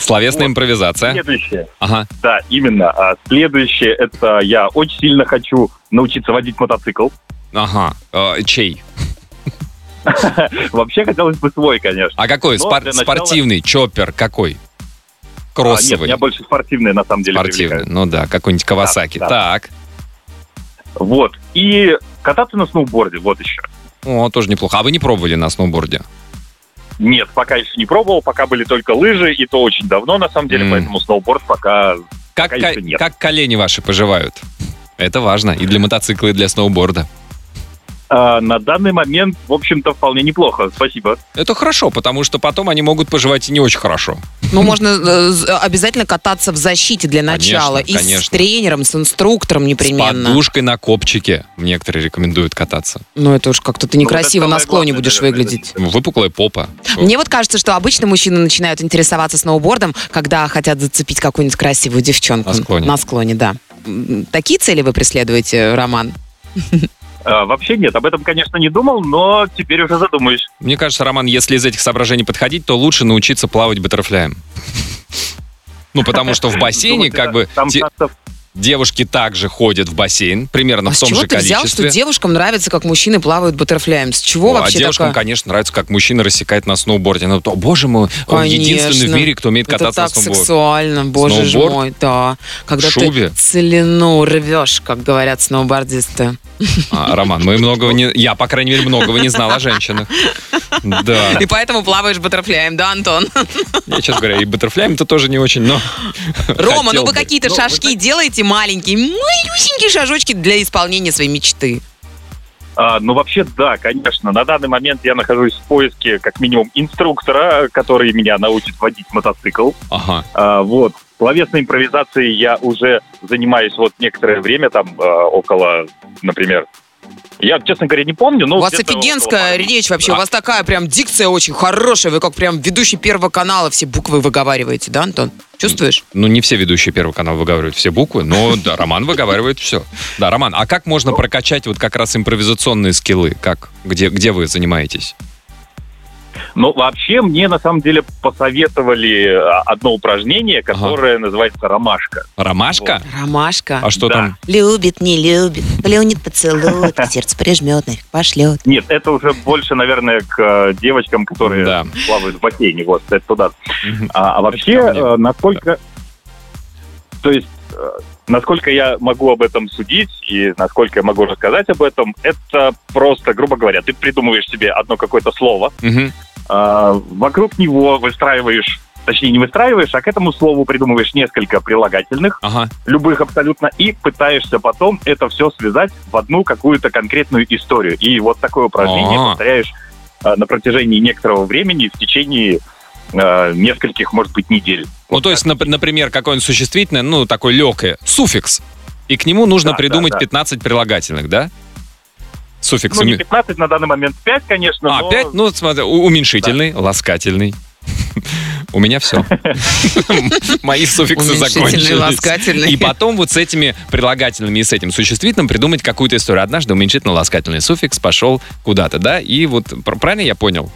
Speaker 3: Словесная
Speaker 9: Вот.
Speaker 3: импровизация.
Speaker 9: Следующее.
Speaker 3: Ага.
Speaker 9: Да, именно. А следующее, это я очень сильно хочу научиться водить мотоцикл.
Speaker 3: Ага. Э, Чей?
Speaker 9: Вообще, хотелось бы свой, конечно.
Speaker 3: А какой?
Speaker 9: Но
Speaker 3: Спор-
Speaker 9: Ну, для начала-
Speaker 3: Спортивный, чоппер какой?
Speaker 9: А, нет,
Speaker 3: Кроссовый.
Speaker 9: меня больше спортивные, на самом деле,
Speaker 3: Спортивный.
Speaker 9: привлекают.
Speaker 3: Ну да, какой-нибудь Кавасаки.
Speaker 9: да.
Speaker 3: Так.
Speaker 9: Вот. И кататься на сноуборде, вот еще.
Speaker 3: О, тоже неплохо. А вы не пробовали на сноуборде?
Speaker 9: Нет, пока еще не пробовал, пока были только лыжи, и то очень давно, на самом деле,
Speaker 3: М.
Speaker 9: поэтому сноуборд пока...
Speaker 3: Как,
Speaker 9: Пока
Speaker 3: ко-
Speaker 9: еще нет.
Speaker 3: как колени ваши поживают? Это важно и для мотоцикла, и для сноуборда.
Speaker 9: а, на данный момент, в общем-то, вполне неплохо. Спасибо. Ну,
Speaker 3: Это хорошо, потому что потом они могут поживать и не очень хорошо.
Speaker 4: Ну, можно э, з- обязательно кататься в защите для начала. и с
Speaker 3: конечно.
Speaker 4: тренером, с инструктором
Speaker 3: С
Speaker 4: непременно.
Speaker 3: подушкой на копчике. Некоторые рекомендуют кататься.
Speaker 4: Ну, это уж как-то ты некрасиво
Speaker 9: Ну, вот
Speaker 4: на
Speaker 9: это самое
Speaker 4: склоне
Speaker 9: главное,
Speaker 4: будешь
Speaker 9: наверное,
Speaker 4: выглядеть.
Speaker 9: это-
Speaker 3: Выпуклая попа.
Speaker 4: Мне вот кажется, что обычно мужчины начинают интересоваться сноубордом, когда хотят зацепить какую-нибудь красивую девчонку.
Speaker 3: На склоне.
Speaker 4: На склоне, да. М, Такие цели вы преследуете, Роман?
Speaker 9: А, вообще нет, об этом, конечно, не думал, но теперь уже задумаюсь.
Speaker 3: Мне кажется, Роман, если из этих соображений подходить, то лучше научиться плавать баттерфляем. Ну, потому что в бассейне,
Speaker 9: Думаю,
Speaker 3: как бы,
Speaker 9: Там
Speaker 3: те-
Speaker 9: шансов-
Speaker 3: девушки также ходят в бассейн, примерно
Speaker 4: А
Speaker 3: в
Speaker 4: с
Speaker 3: том
Speaker 4: чего
Speaker 3: же
Speaker 4: ты взял, что
Speaker 3: количестве.
Speaker 4: девушкам нравится, как мужчины плавают баттерфляем? С чего
Speaker 3: О, а
Speaker 4: вообще
Speaker 3: девушкам,
Speaker 4: такая?
Speaker 3: конечно, нравится, как мужчина рассекает на сноуборде. Ну, то, боже мой, он единственный в
Speaker 4: Конечно.
Speaker 3: мире, кто умеет
Speaker 4: Это
Speaker 3: кататься на
Speaker 4: так
Speaker 3: сноуборде.
Speaker 4: сексуально, боже ж
Speaker 3: Сноуборд?
Speaker 4: мой, да. Когда
Speaker 3: шубе?
Speaker 4: ты целину рвешь, как говорят сноубордисты.
Speaker 3: А, Роман, мы многого не... Я, по крайней мере, многого не знал о женщинах. Да.
Speaker 4: И поэтому плаваешь баттерфляем, да, Антон?
Speaker 3: Я, честно говоря, и баттерфляем-то тоже не очень, но...
Speaker 4: Рома,
Speaker 3: хотел
Speaker 4: ну
Speaker 3: бы.
Speaker 4: вы какие-то
Speaker 3: Ну,
Speaker 4: шажки делаете маленькие, малюсенькие шажочки для исполнения своей мечты.
Speaker 9: а, ну, вообще, да, конечно. На данный момент я нахожусь в поиске, как минимум, инструктора, который меня научит водить мотоцикл.
Speaker 3: Ага.
Speaker 9: А, вот. Словесной импровизацией я уже занимаюсь вот некоторое время, там э, около, например, я, честно говоря, не помню,
Speaker 3: Ну,
Speaker 9: но...
Speaker 4: у вас
Speaker 9: где-то
Speaker 4: офигенская
Speaker 9: около пары.
Speaker 4: речь вообще,
Speaker 9: Да.
Speaker 4: у вас такая прям дикция очень хорошая, вы как прям ведущий Первого канала все буквы выговариваете, да, Антон? Чувствуешь?
Speaker 3: Ну, не все ведущие Первого канала выговаривают все буквы, но да, Роман выговаривает все. Да, Роман, а как можно прокачать вот как раз импровизационные скиллы? Как? Где, где вы занимаетесь?
Speaker 9: Но Ну, вообще мне, на самом деле, посоветовали э, одно упражнение, которое называется «Ромашка».
Speaker 3: Ромашка?
Speaker 4: Ромашка.
Speaker 3: А что
Speaker 9: Да.
Speaker 3: там?
Speaker 10: Любит, не любит, плюнет, поцелует, сердце прижмет, нафиг пошлет.
Speaker 9: Нет, это уже больше, наверное, к э, девочкам, которые
Speaker 3: Да.
Speaker 9: плавают в бассейне. Вот, это туда.
Speaker 3: Мгм.
Speaker 9: А, а вообще,
Speaker 3: Это ко мне.
Speaker 9: э, насколько... То есть, э, насколько я могу об этом судить и насколько я могу рассказать об этом, это просто, грубо говоря, ты придумываешь себе одно какое-то слово,
Speaker 3: Мгм.
Speaker 9: а, вокруг него выстраиваешь Точнее, не выстраиваешь, а к этому слову придумываешь несколько прилагательных,
Speaker 3: Ага.
Speaker 9: любых абсолютно, и пытаешься потом это все связать в одну какую-то конкретную историю. И вот такое упражнение
Speaker 3: А.
Speaker 9: повторяешь а, на протяжении некоторого времени в течение а, нескольких, может быть, недель.
Speaker 3: Ну, то есть, нап- например, какое-нибудь существительное, ну, такое легкое, суффикс. И к нему нужно
Speaker 9: Да, да,
Speaker 3: придумать
Speaker 9: да.
Speaker 3: 15 прилагательных, да? Суффикс.
Speaker 9: Ну, не
Speaker 3: уме-
Speaker 9: 15, на данный момент 5, конечно.
Speaker 3: А,
Speaker 9: но-
Speaker 3: 5? Ну, смотри, у- уменьшительный, ласкательный. У меня все. Мои суффиксы
Speaker 4: Уменьшительный,
Speaker 3: закончились.
Speaker 4: ласкательный.
Speaker 3: И потом вот с этими прилагательными и с этим существительным придумать какую-то историю. Однажды уменьшительно ласкательный суффикс пошел куда-то, да? И вот пр- правильно я понял?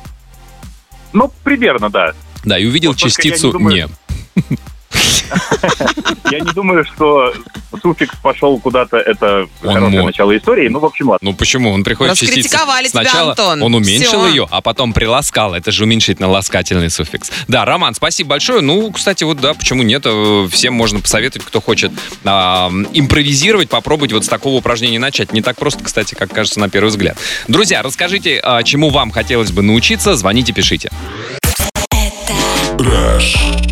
Speaker 9: Ну, примерно, да.
Speaker 3: Да, и увидел
Speaker 9: Вот только я не
Speaker 3: частицу
Speaker 9: думаю,
Speaker 3: «не».
Speaker 9: Я не думаю, что суффикс пошел куда-то. Это
Speaker 3: Он
Speaker 9: хорошее
Speaker 3: мог.
Speaker 9: начало истории. Ну, в общем, ладно.
Speaker 3: Ну почему? Он приходит в частицу.
Speaker 4: Раскритиковали тебя,
Speaker 3: Сначала
Speaker 4: Антон.
Speaker 3: он уменьшил
Speaker 4: Всё.
Speaker 3: ее, а потом приласкал. Это же уменьшительно ласкательный суффикс. Да, Роман, спасибо большое. Ну, кстати, вот да, почему нет? Э, Всем можно посоветовать, кто хочет а, импровизировать, попробовать вот с такого упражнения начать. Не так просто, кстати, как кажется на первый взгляд. Друзья, расскажите, а, чему вам хотелось бы научиться. Звоните, пишите.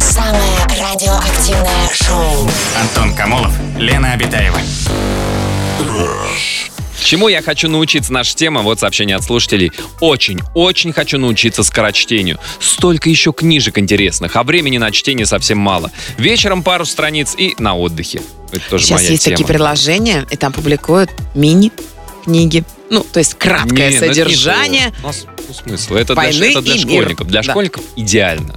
Speaker 1: Самое радиоактивное шоу.
Speaker 5: Антон Камолов, Лена Обитаева.
Speaker 3: Чему я хочу научиться? Наша тема, вот сообщение от слушателей. Очень, очень хочу научиться скорочтению. Столько еще книжек интересных, а времени на чтение совсем мало. Вечером пару страниц и на отдыхе. Это тоже
Speaker 4: Сейчас
Speaker 3: моя
Speaker 4: есть
Speaker 3: тема.
Speaker 4: такие предложения, и там публикуют мини-книги. Ну, то есть
Speaker 3: Не,
Speaker 4: краткое
Speaker 3: ну это не
Speaker 4: содержание.
Speaker 3: то. У нас ну, смысл. Это для,
Speaker 4: Войны
Speaker 3: это для
Speaker 4: и мир.
Speaker 3: школьников. Для
Speaker 4: Да.
Speaker 3: школьников идеально.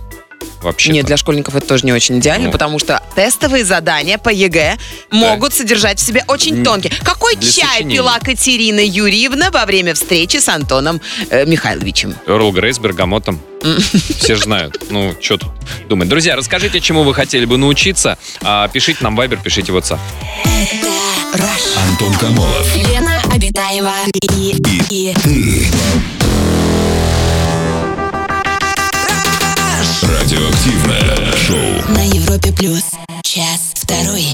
Speaker 3: Вообще.
Speaker 4: Нет, для школьников это тоже не очень идеально,
Speaker 3: Ну.
Speaker 4: потому что тестовые задания по ЕГЭ могут содержать в себе очень
Speaker 3: М,
Speaker 4: тонкие. Какой
Speaker 3: для
Speaker 4: чай
Speaker 3: сочинений.
Speaker 4: пила Катерина Юрьевна во время встречи с Антоном э, Михайловичем?
Speaker 3: Эрл Грей с бергамотом. Все же знают. Ну, что тут думать. Друзья, расскажите, чему вы хотели бы научиться. А, Пишите нам Вайбер, пишите WhatsApp.
Speaker 2: Антон Камолов.
Speaker 1: Лена Обитаева и, и,
Speaker 2: Радиоактивное шоу.
Speaker 1: на Европе плюс. Час второй.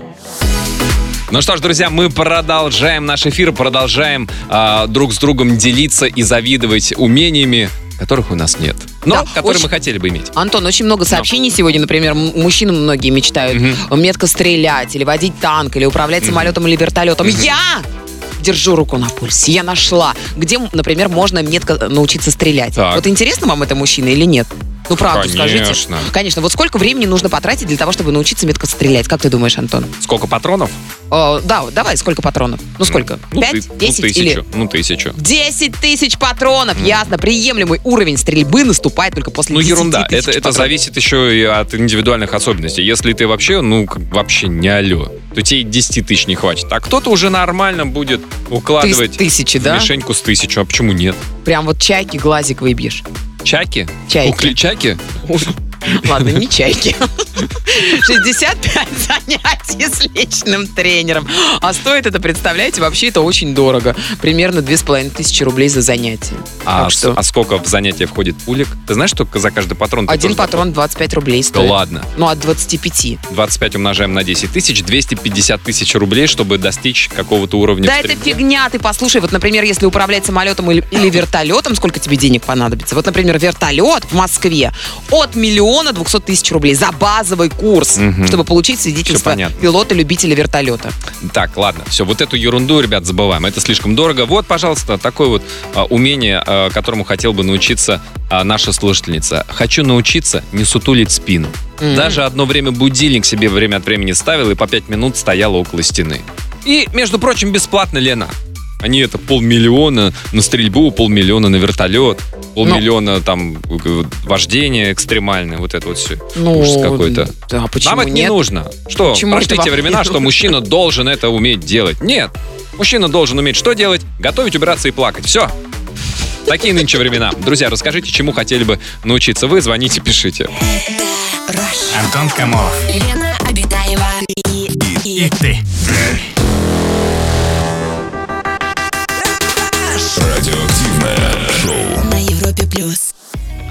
Speaker 3: Ну что ж, друзья, мы продолжаем наш эфир, продолжаем а, друг с другом делиться и завидовать умениями которых у нас нет, но
Speaker 4: Да,
Speaker 3: которые
Speaker 4: очень-
Speaker 3: мы хотели бы иметь.
Speaker 4: Антон, очень много сообщений сегодня, например, м- мужчины многие мечтают
Speaker 3: Мгм.
Speaker 4: метко стрелять или водить танк, или управлять самолетом или вертолетом. Я держу руку на пульсе, я нашла, где, например, можно метко научиться стрелять.
Speaker 3: Так.
Speaker 4: Вот интересно вам это мужчина или нет? Ну, правда, скажите.
Speaker 3: Конечно.
Speaker 4: Конечно, вот сколько времени нужно потратить для того, чтобы научиться метко стрелять? Как ты думаешь, Антон?
Speaker 3: Сколько патронов?
Speaker 4: О, да, вот давай, сколько патронов? Ну, сколько?
Speaker 3: Ну, ты-
Speaker 4: Пять?
Speaker 3: ну,
Speaker 4: Десять?
Speaker 3: тысячу.
Speaker 4: Или
Speaker 3: Ну, тысячу.
Speaker 4: 10 тысяч патронов, ясно, приемлемый уровень стрельбы наступает только после
Speaker 3: Ну,
Speaker 4: 10
Speaker 3: ерунда.
Speaker 4: тысяч
Speaker 3: Это, это
Speaker 4: патронов.
Speaker 3: зависит еще и от индивидуальных особенностей. Если ты вообще, ну, как вообще не алё, то тебе и 10 тысяч не хватит. А кто-то уже нормально будет
Speaker 4: Ты с
Speaker 3: укладывать
Speaker 4: тысячи,
Speaker 3: в
Speaker 4: да?
Speaker 3: мишеньку с тысячу. А почему нет?
Speaker 4: Прям вот чайки глазик выбьешь.
Speaker 3: Чаки?
Speaker 4: Чайки.
Speaker 3: Угли- чаки?
Speaker 4: Ладно, не чайки. 65 занятий с личным тренером. А стоит это, представляете, вообще это очень дорого. Примерно 2500 рублей за занятие.
Speaker 3: А,
Speaker 4: Так
Speaker 3: с-
Speaker 4: что
Speaker 3: а сколько в занятие входит пулик? Ты знаешь, что за каждый патрон? ты
Speaker 4: один
Speaker 3: должен-
Speaker 4: патрон 25 рублей
Speaker 3: Да
Speaker 4: стоит.
Speaker 3: ладно.
Speaker 4: Ну, от 25.
Speaker 3: 25 умножаем на 10 тысяч, 250 тысяч рублей, чтобы достичь какого-то уровня.
Speaker 4: Да
Speaker 3: в
Speaker 4: это
Speaker 3: стрельбе.
Speaker 4: фигня, ты послушай, вот, например, если управлять самолетом или, или вертолетом, сколько тебе денег понадобится? Вот, например, вертолет в Москве от миллиона двухсот тысяч рублей за базовый курс,
Speaker 3: Мгм.
Speaker 4: чтобы получить свидетельство
Speaker 3: Всё понятно.
Speaker 4: пилота-любителя вертолета.
Speaker 3: Так, ладно, все, вот эту ерунду, ребят, забываем. Это слишком дорого. Вот, пожалуйста, такое вот а, умение, а, которому хотел бы научиться а, наша слушательница. Хочу научиться не сутулить спину.
Speaker 4: М.
Speaker 3: Даже одно время будильник себе время от времени ставил и по пять минут стояла около стены. И, между прочим, бесплатно, Лена. Они это полмиллиона на стрельбу, полмиллиона на вертолет, полмиллиона там э, вождение экстремальное, вот это вот все.
Speaker 4: Ну,
Speaker 3: Ужас какой-то.
Speaker 4: Да, почему
Speaker 3: Нам это не
Speaker 4: нет?
Speaker 3: нужно. Что,
Speaker 4: Почему
Speaker 3: прошли
Speaker 4: это вам
Speaker 3: те
Speaker 4: не
Speaker 3: времена, что
Speaker 4: нужно?
Speaker 3: мужчина должен это уметь делать. Нет. Мужчина должен уметь что делать? Готовить, убираться и плакать. Все. Такие нынче времена. Друзья, расскажите, чему хотели бы научиться вы. Звоните, пишите.
Speaker 5: Антон Камолов.
Speaker 1: Лена Обитаева и,
Speaker 5: И ты.
Speaker 2: Радиоактивное шоу.
Speaker 1: на Европе плюс.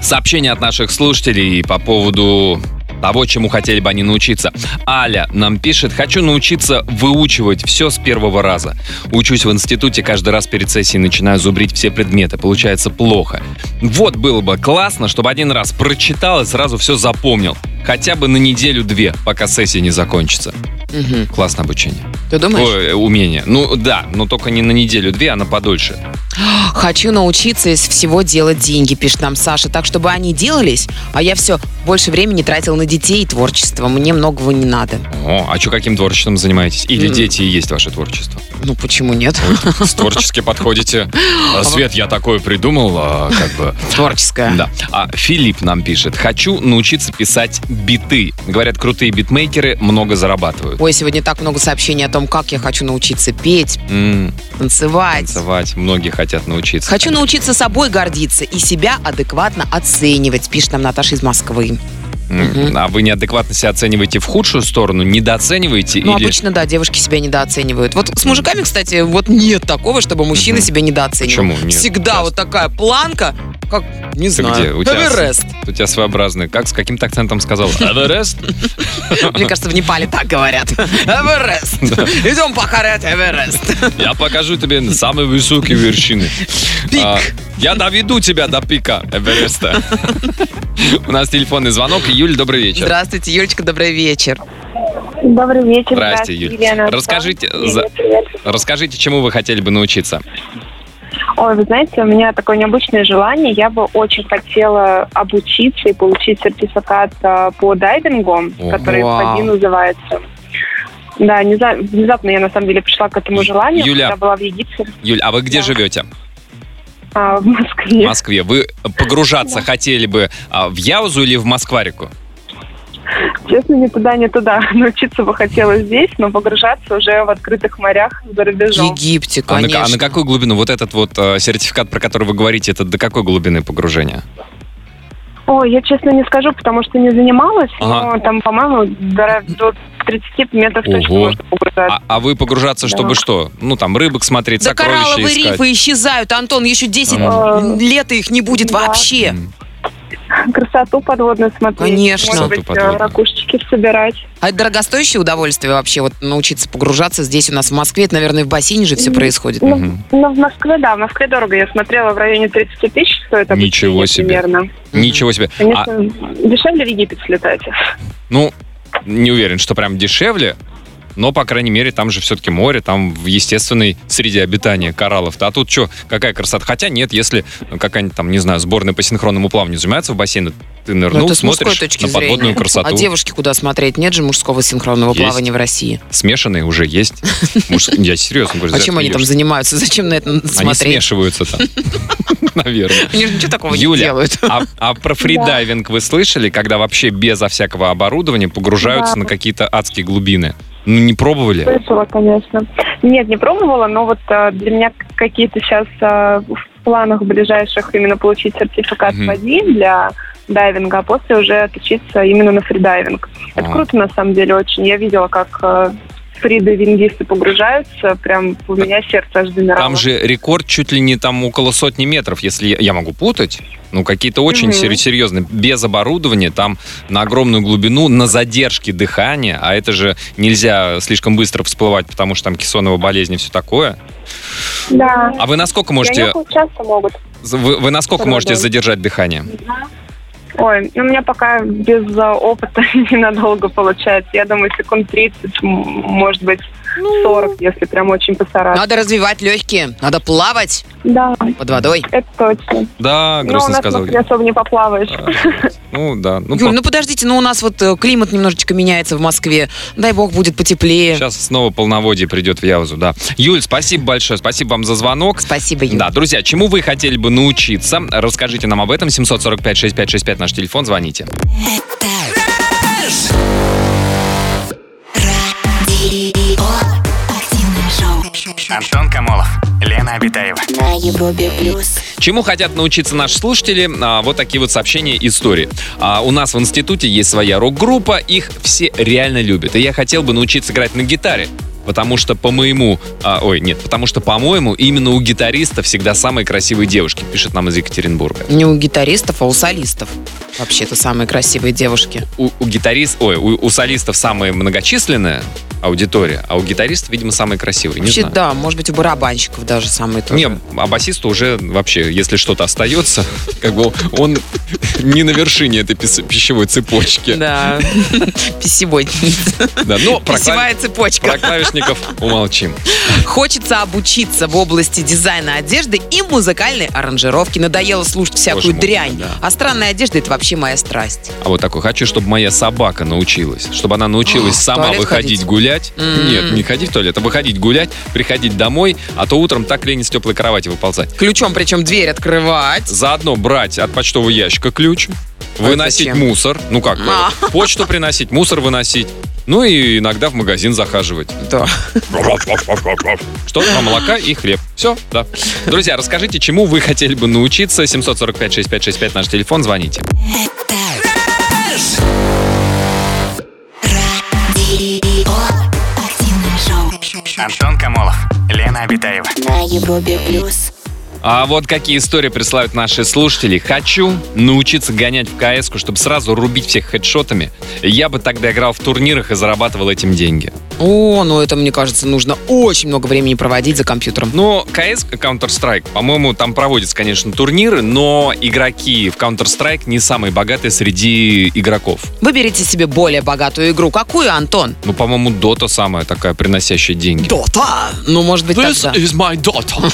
Speaker 3: Сообщение от наших слушателей по поводу того, чему хотели бы они научиться. Аля нам пишет, хочу научиться выучивать все с первого раза. Учусь в институте, каждый раз перед сессией начинаю зубрить все предметы. Получается плохо. Вот было бы классно, чтобы один раз прочитал и сразу все запомнил. Хотя бы на неделю-две, пока сессия не закончится.
Speaker 4: Мгм.
Speaker 3: Классное обучение.
Speaker 4: Ты думаешь?
Speaker 3: Ой, э, умение. Ну да, но только не на неделю-две, а на подольше.
Speaker 4: Хочу научиться из всего делать деньги, пишет нам Саша, так чтобы они делались, а я все больше времени тратил на детей и творчество. Мне многого не надо.
Speaker 3: О, а что, каким творчеством занимаетесь? Или
Speaker 4: М.
Speaker 3: дети и есть ваше творчество?
Speaker 4: Ну почему нет?
Speaker 3: С творчески подходите. А, Свет, я такое придумал, а, как бы.
Speaker 4: Творческое.
Speaker 3: Да. А Филипп нам пишет. Хочу научиться писать биты. Говорят, крутые битмейкеры много зарабатывают.
Speaker 4: Ой, сегодня так много сообщений о том, как я хочу научиться петь,
Speaker 3: М,
Speaker 4: танцевать.
Speaker 3: Танцевать. Многие хотят научиться.
Speaker 4: Хочу научиться собой гордиться и себя адекватно оценивать, пишет нам Наташа из Москвы.
Speaker 3: М, А вы неадекватно себя оцениваете в худшую сторону? Недооцениваете?
Speaker 4: Ну,
Speaker 3: или...
Speaker 4: обычно, да, девушки себя недооценивают. Вот с мужиками, кстати, вот нет такого, чтобы мужчины
Speaker 3: Мгм.
Speaker 4: себя недооценивали.
Speaker 3: Почему? Нет,
Speaker 4: Всегда
Speaker 3: часто.
Speaker 4: вот такая планка, как, не
Speaker 3: Ты
Speaker 4: знаю,
Speaker 3: где? У тебя с-
Speaker 4: Эверест.
Speaker 3: У тебя своеобразный. Как, с каким-то акцентом сказал? Эверест?
Speaker 4: Мне кажется, в Непале так говорят. Эверест. Идем покорять Эверест.
Speaker 3: Я покажу тебе самые высокие вершины.
Speaker 4: Пик.
Speaker 3: А, я доведу тебя до пика Эвереста. У нас телефонный звонок. Юль, добрый вечер.
Speaker 4: Здравствуйте, Юлечка, добрый вечер.
Speaker 7: Добрый вечер.
Speaker 3: Здрасте, Юль.
Speaker 7: Елена.
Speaker 3: Расскажите
Speaker 7: Привет,
Speaker 3: за-
Speaker 7: привет.
Speaker 3: Расскажите, чему вы хотели бы научиться?
Speaker 7: Ой, вы знаете, у меня такое необычное желание. Я бы очень хотела обучиться и получить сертификат а, по дайвингу,
Speaker 3: О,
Speaker 7: который
Speaker 4: вау.
Speaker 7: в ПАДИ называется. Да, не знаю, внезапно я на самом деле пришла к этому
Speaker 3: Ю-
Speaker 7: желанию,
Speaker 3: Юля.
Speaker 7: когда была в Египте,
Speaker 3: Юль, а вы где
Speaker 7: Да.
Speaker 3: живете?
Speaker 7: а, в
Speaker 3: В
Speaker 7: Москве.
Speaker 3: Москве. Вы погружаться хотели бы а, в Яузу или в Москварику?
Speaker 7: Честно, ни туда, ни туда. Научиться бы хотела здесь, но погружаться уже в открытых морях за рубежом.
Speaker 4: Египте,
Speaker 3: А на, а на
Speaker 4: конечно.
Speaker 3: какую глубину? Вот этот вот а, сертификат, про который вы говорите, это до какой глубины погружения?
Speaker 7: Ой, я честно не скажу, потому что не занималась,
Speaker 3: Ага.
Speaker 7: но там, по-моему, до, до 30 метров точно
Speaker 3: Ого.
Speaker 7: можно погружаться.
Speaker 3: А, а вы погружаться, чтобы
Speaker 7: Да.
Speaker 3: что? Ну, там, рыбок смотреть,
Speaker 4: Да
Speaker 3: сокровища
Speaker 4: коралловые
Speaker 3: искать.
Speaker 4: рифы исчезают, Антон, еще 10
Speaker 7: Ага.
Speaker 4: лет и их не будет
Speaker 7: Да.
Speaker 4: вообще.
Speaker 3: М.
Speaker 7: красоту подводную смотреть.
Speaker 4: Конечно.
Speaker 7: Может быть,
Speaker 3: Красоту подводную.
Speaker 7: э, ракушечки собирать.
Speaker 4: А это дорогостоящее удовольствие вообще, вот научиться погружаться здесь у нас в Москве. Это, наверное, в бассейне же все
Speaker 7: Мгм.
Speaker 4: происходит.
Speaker 7: Ну,
Speaker 3: Мгм.
Speaker 7: ну, в Москве, да, в Москве дорого. Я смотрела в районе 30 тысяч стоит обучение
Speaker 3: Ничего себе.
Speaker 7: примерно.
Speaker 3: Ничего себе. А,
Speaker 7: Конечно, дешевле в Египет слетать.
Speaker 3: ну, не уверен, что прям дешевле, но, по крайней мере, там же все-таки море, там в естественной среде обитания кораллов-то. А тут что, какая красота? Хотя нет, если какая-нибудь там, не знаю, сборная по синхронному плаванию занимается в бассейн, ты
Speaker 4: Ну,
Speaker 3: нырнул,
Speaker 4: это с мужской
Speaker 3: смотришь
Speaker 4: точки
Speaker 3: на
Speaker 4: зрения.
Speaker 3: подводную красоту.
Speaker 4: А девушки куда смотреть? Нет же мужского синхронного
Speaker 3: Есть.
Speaker 4: плавания в России. А
Speaker 3: Смешанные уже есть. Муж- Я серьезно говорю. Зет,
Speaker 4: Почему А они там
Speaker 3: идешь.
Speaker 4: занимаются? Зачем на это надо
Speaker 3: Они
Speaker 4: смотреть?
Speaker 3: смешиваются там. Наверное.
Speaker 4: Они же ничего такого не
Speaker 3: Юля,
Speaker 4: делают.
Speaker 3: а, а про фридайвинг вы слышали, когда вообще безо всякого оборудования погружаются
Speaker 7: Да.
Speaker 3: на какие-то адские глубины? Ну, не пробовали?
Speaker 7: Слышала, конечно. Нет, не пробовала, но вот э, для меня к- какие-то сейчас э, в планах ближайших именно получить сертификат
Speaker 3: Мгм.
Speaker 7: води для дайвинга, а после уже отучиться именно на фридайвинг. Это
Speaker 3: А.
Speaker 7: круто на самом деле очень. Я видела, как э, фридайвингисты погружаются, прям у меня сердце аж замирало.
Speaker 3: Ну, Там же рекорд чуть ли не там около сотни метров, если я, я могу путать. Ну, какие-то очень
Speaker 7: Мгм.
Speaker 3: сер- серьезные. Без оборудования, там на огромную глубину, на задержке дыхания. А это же нельзя слишком быстро всплывать, потому что там кессонова болезнь и все такое.
Speaker 7: Да.
Speaker 3: А вы насколько
Speaker 7: И они
Speaker 3: можете,
Speaker 7: очень часто могут.
Speaker 3: вы, вы насколько можете
Speaker 7: Правда.
Speaker 3: задержать дыхание?
Speaker 7: Ой, ну, у меня пока без э, опыта ненадолго получается. Я думаю, секунд 30, м, может быть,
Speaker 3: Ну.
Speaker 7: 40, если прям очень постараться.
Speaker 4: Надо развивать легкие, надо плавать
Speaker 7: Да,
Speaker 4: под водой.
Speaker 7: это точно.
Speaker 3: Да,
Speaker 7: Но Ну, у
Speaker 3: А? грустно
Speaker 7: нас в
Speaker 3: сказал.
Speaker 7: Москве особо не поплаваешь.
Speaker 3: А, Ну да. Ну,
Speaker 4: Юль, ну подождите, ну у нас вот э, климат немножечко меняется в Москве. Дай бог будет потеплее.
Speaker 3: Сейчас снова полноводье придет в Яузу, да. Юль, спасибо большое, спасибо вам за звонок.
Speaker 4: Спасибо, Юль.
Speaker 3: Да, друзья, чему вы хотели бы научиться? Расскажите нам об этом. 745-6565 наш телефон, звоните.
Speaker 1: Радио. Активное шоу.
Speaker 5: Антон Камолов, Лена Обитаева.
Speaker 1: На Европе плюс.
Speaker 3: Чему хотят научиться наши слушатели? А, вот такие вот сообщения и истории. А, у нас в институте есть своя рок-группа, их все реально любят. И я хотел бы научиться играть на гитаре. Потому что, по моему... а, ой, нет, потому что, по-моему, именно у гитариста всегда самые красивые девушки, пишет нам из Екатеринбурга.
Speaker 4: Не у гитаристов, а у солистов. Вообще-то самые красивые девушки.
Speaker 3: у, у гитарист, ой, у, у солистов самая многочисленная аудитория, а у гитаристов, видимо, самые красивые. Не
Speaker 4: Вообще,
Speaker 3: знаю.
Speaker 4: да, может быть, у барабанщиков даже самые тоже.
Speaker 3: Не, а басисту уже вообще, если что-то остается, как бы он не на вершине этой пис- пищевой цепочки.
Speaker 4: Да. Писевой.
Speaker 3: Да, но про, клави-
Speaker 4: Писевая цепочка.
Speaker 3: про клавишников умолчим.
Speaker 4: Хочется обучиться в области дизайна одежды и музыкальной аранжировки. Надоело слушать всякую
Speaker 3: мой,
Speaker 4: дрянь.
Speaker 3: да.
Speaker 4: А странная одежда это вообще моя страсть.
Speaker 3: А вот такой, хочу, чтобы моя собака научилась, чтобы она научилась
Speaker 4: А, в
Speaker 3: сама
Speaker 4: туалет
Speaker 3: выходить
Speaker 4: ходить?
Speaker 3: гулять.
Speaker 4: М.
Speaker 3: Нет, не ходить в туалет, а выходить гулять, приходить домой, а то утром так лень с теплой кровати выползать.
Speaker 4: Ключом, причем дверь открывать.
Speaker 3: заодно брать от почтового ящика ключ,
Speaker 4: А
Speaker 3: выносить
Speaker 4: зачем?
Speaker 3: мусор, ну как,
Speaker 4: А.
Speaker 3: почту приносить, мусор выносить, ну и иногда в магазин захаживать.
Speaker 4: Да.
Speaker 3: Что? Два молока и хлеб. Все, да. Друзья, расскажите, чему вы хотели бы научиться. 745-6565 наш телефон, звоните.
Speaker 1: Радио. Активное шоу.
Speaker 5: Антон Камолов, Лена Обитаева.
Speaker 1: На Европе плюс.
Speaker 3: А вот какие истории присылают наши слушатели. Хочу научиться гонять в кс чтобы сразу рубить всех хедшотами. Я бы тогда играл в турнирах и зарабатывал этим деньги.
Speaker 4: О, ну это, мне кажется, нужно очень много времени проводить за компьютером.
Speaker 3: Но CS Counter-Strike, по-моему, там проводятся, конечно, турниры, но игроки в Counter-Strike не самые богатые среди игроков.
Speaker 4: Выберите себе более богатую игру. Какую, Антон?
Speaker 3: Ну, по-моему, Dota самая такая, приносящая деньги.
Speaker 4: Дота. Ну, может быть, тогда.
Speaker 3: is my Dota.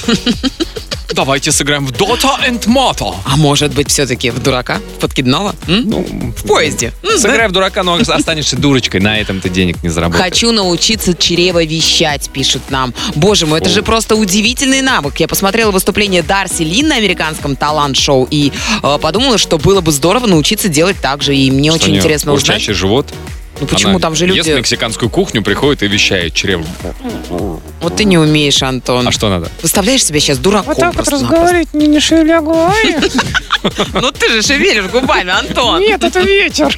Speaker 3: Давайте сыграем в Dota and Mata.
Speaker 4: А может быть, все-таки в дурака? В подкидного? М?
Speaker 3: Ну,
Speaker 4: В поезде. М,
Speaker 3: Сыграй в дурака, но останешься дурочкой. На этом ты денег не заработаешь.
Speaker 4: Хочу научиться чревовещать, пишет нам. Боже мой, это
Speaker 3: О.
Speaker 4: же просто удивительный навык. Я посмотрела выступление Дарси Лин на американском талант-шоу и э, подумала, что было бы здорово научиться делать так же. И
Speaker 3: Что
Speaker 4: мне
Speaker 3: у
Speaker 4: очень
Speaker 3: неё
Speaker 4: интересно узнать.
Speaker 3: урчащий живот.
Speaker 4: Ну почему
Speaker 3: Она
Speaker 4: там же люди...
Speaker 3: Ест мексиканскую кухню, приходит и вещает чрево.
Speaker 4: Вот ты не умеешь, Антон.
Speaker 3: ну, А что надо?
Speaker 4: Выставляешь себя сейчас дураком просто-напросто.
Speaker 11: не, не шевеля губами.
Speaker 4: Ну ты же шевелишь губами, Антон.
Speaker 11: Нет, это ветер.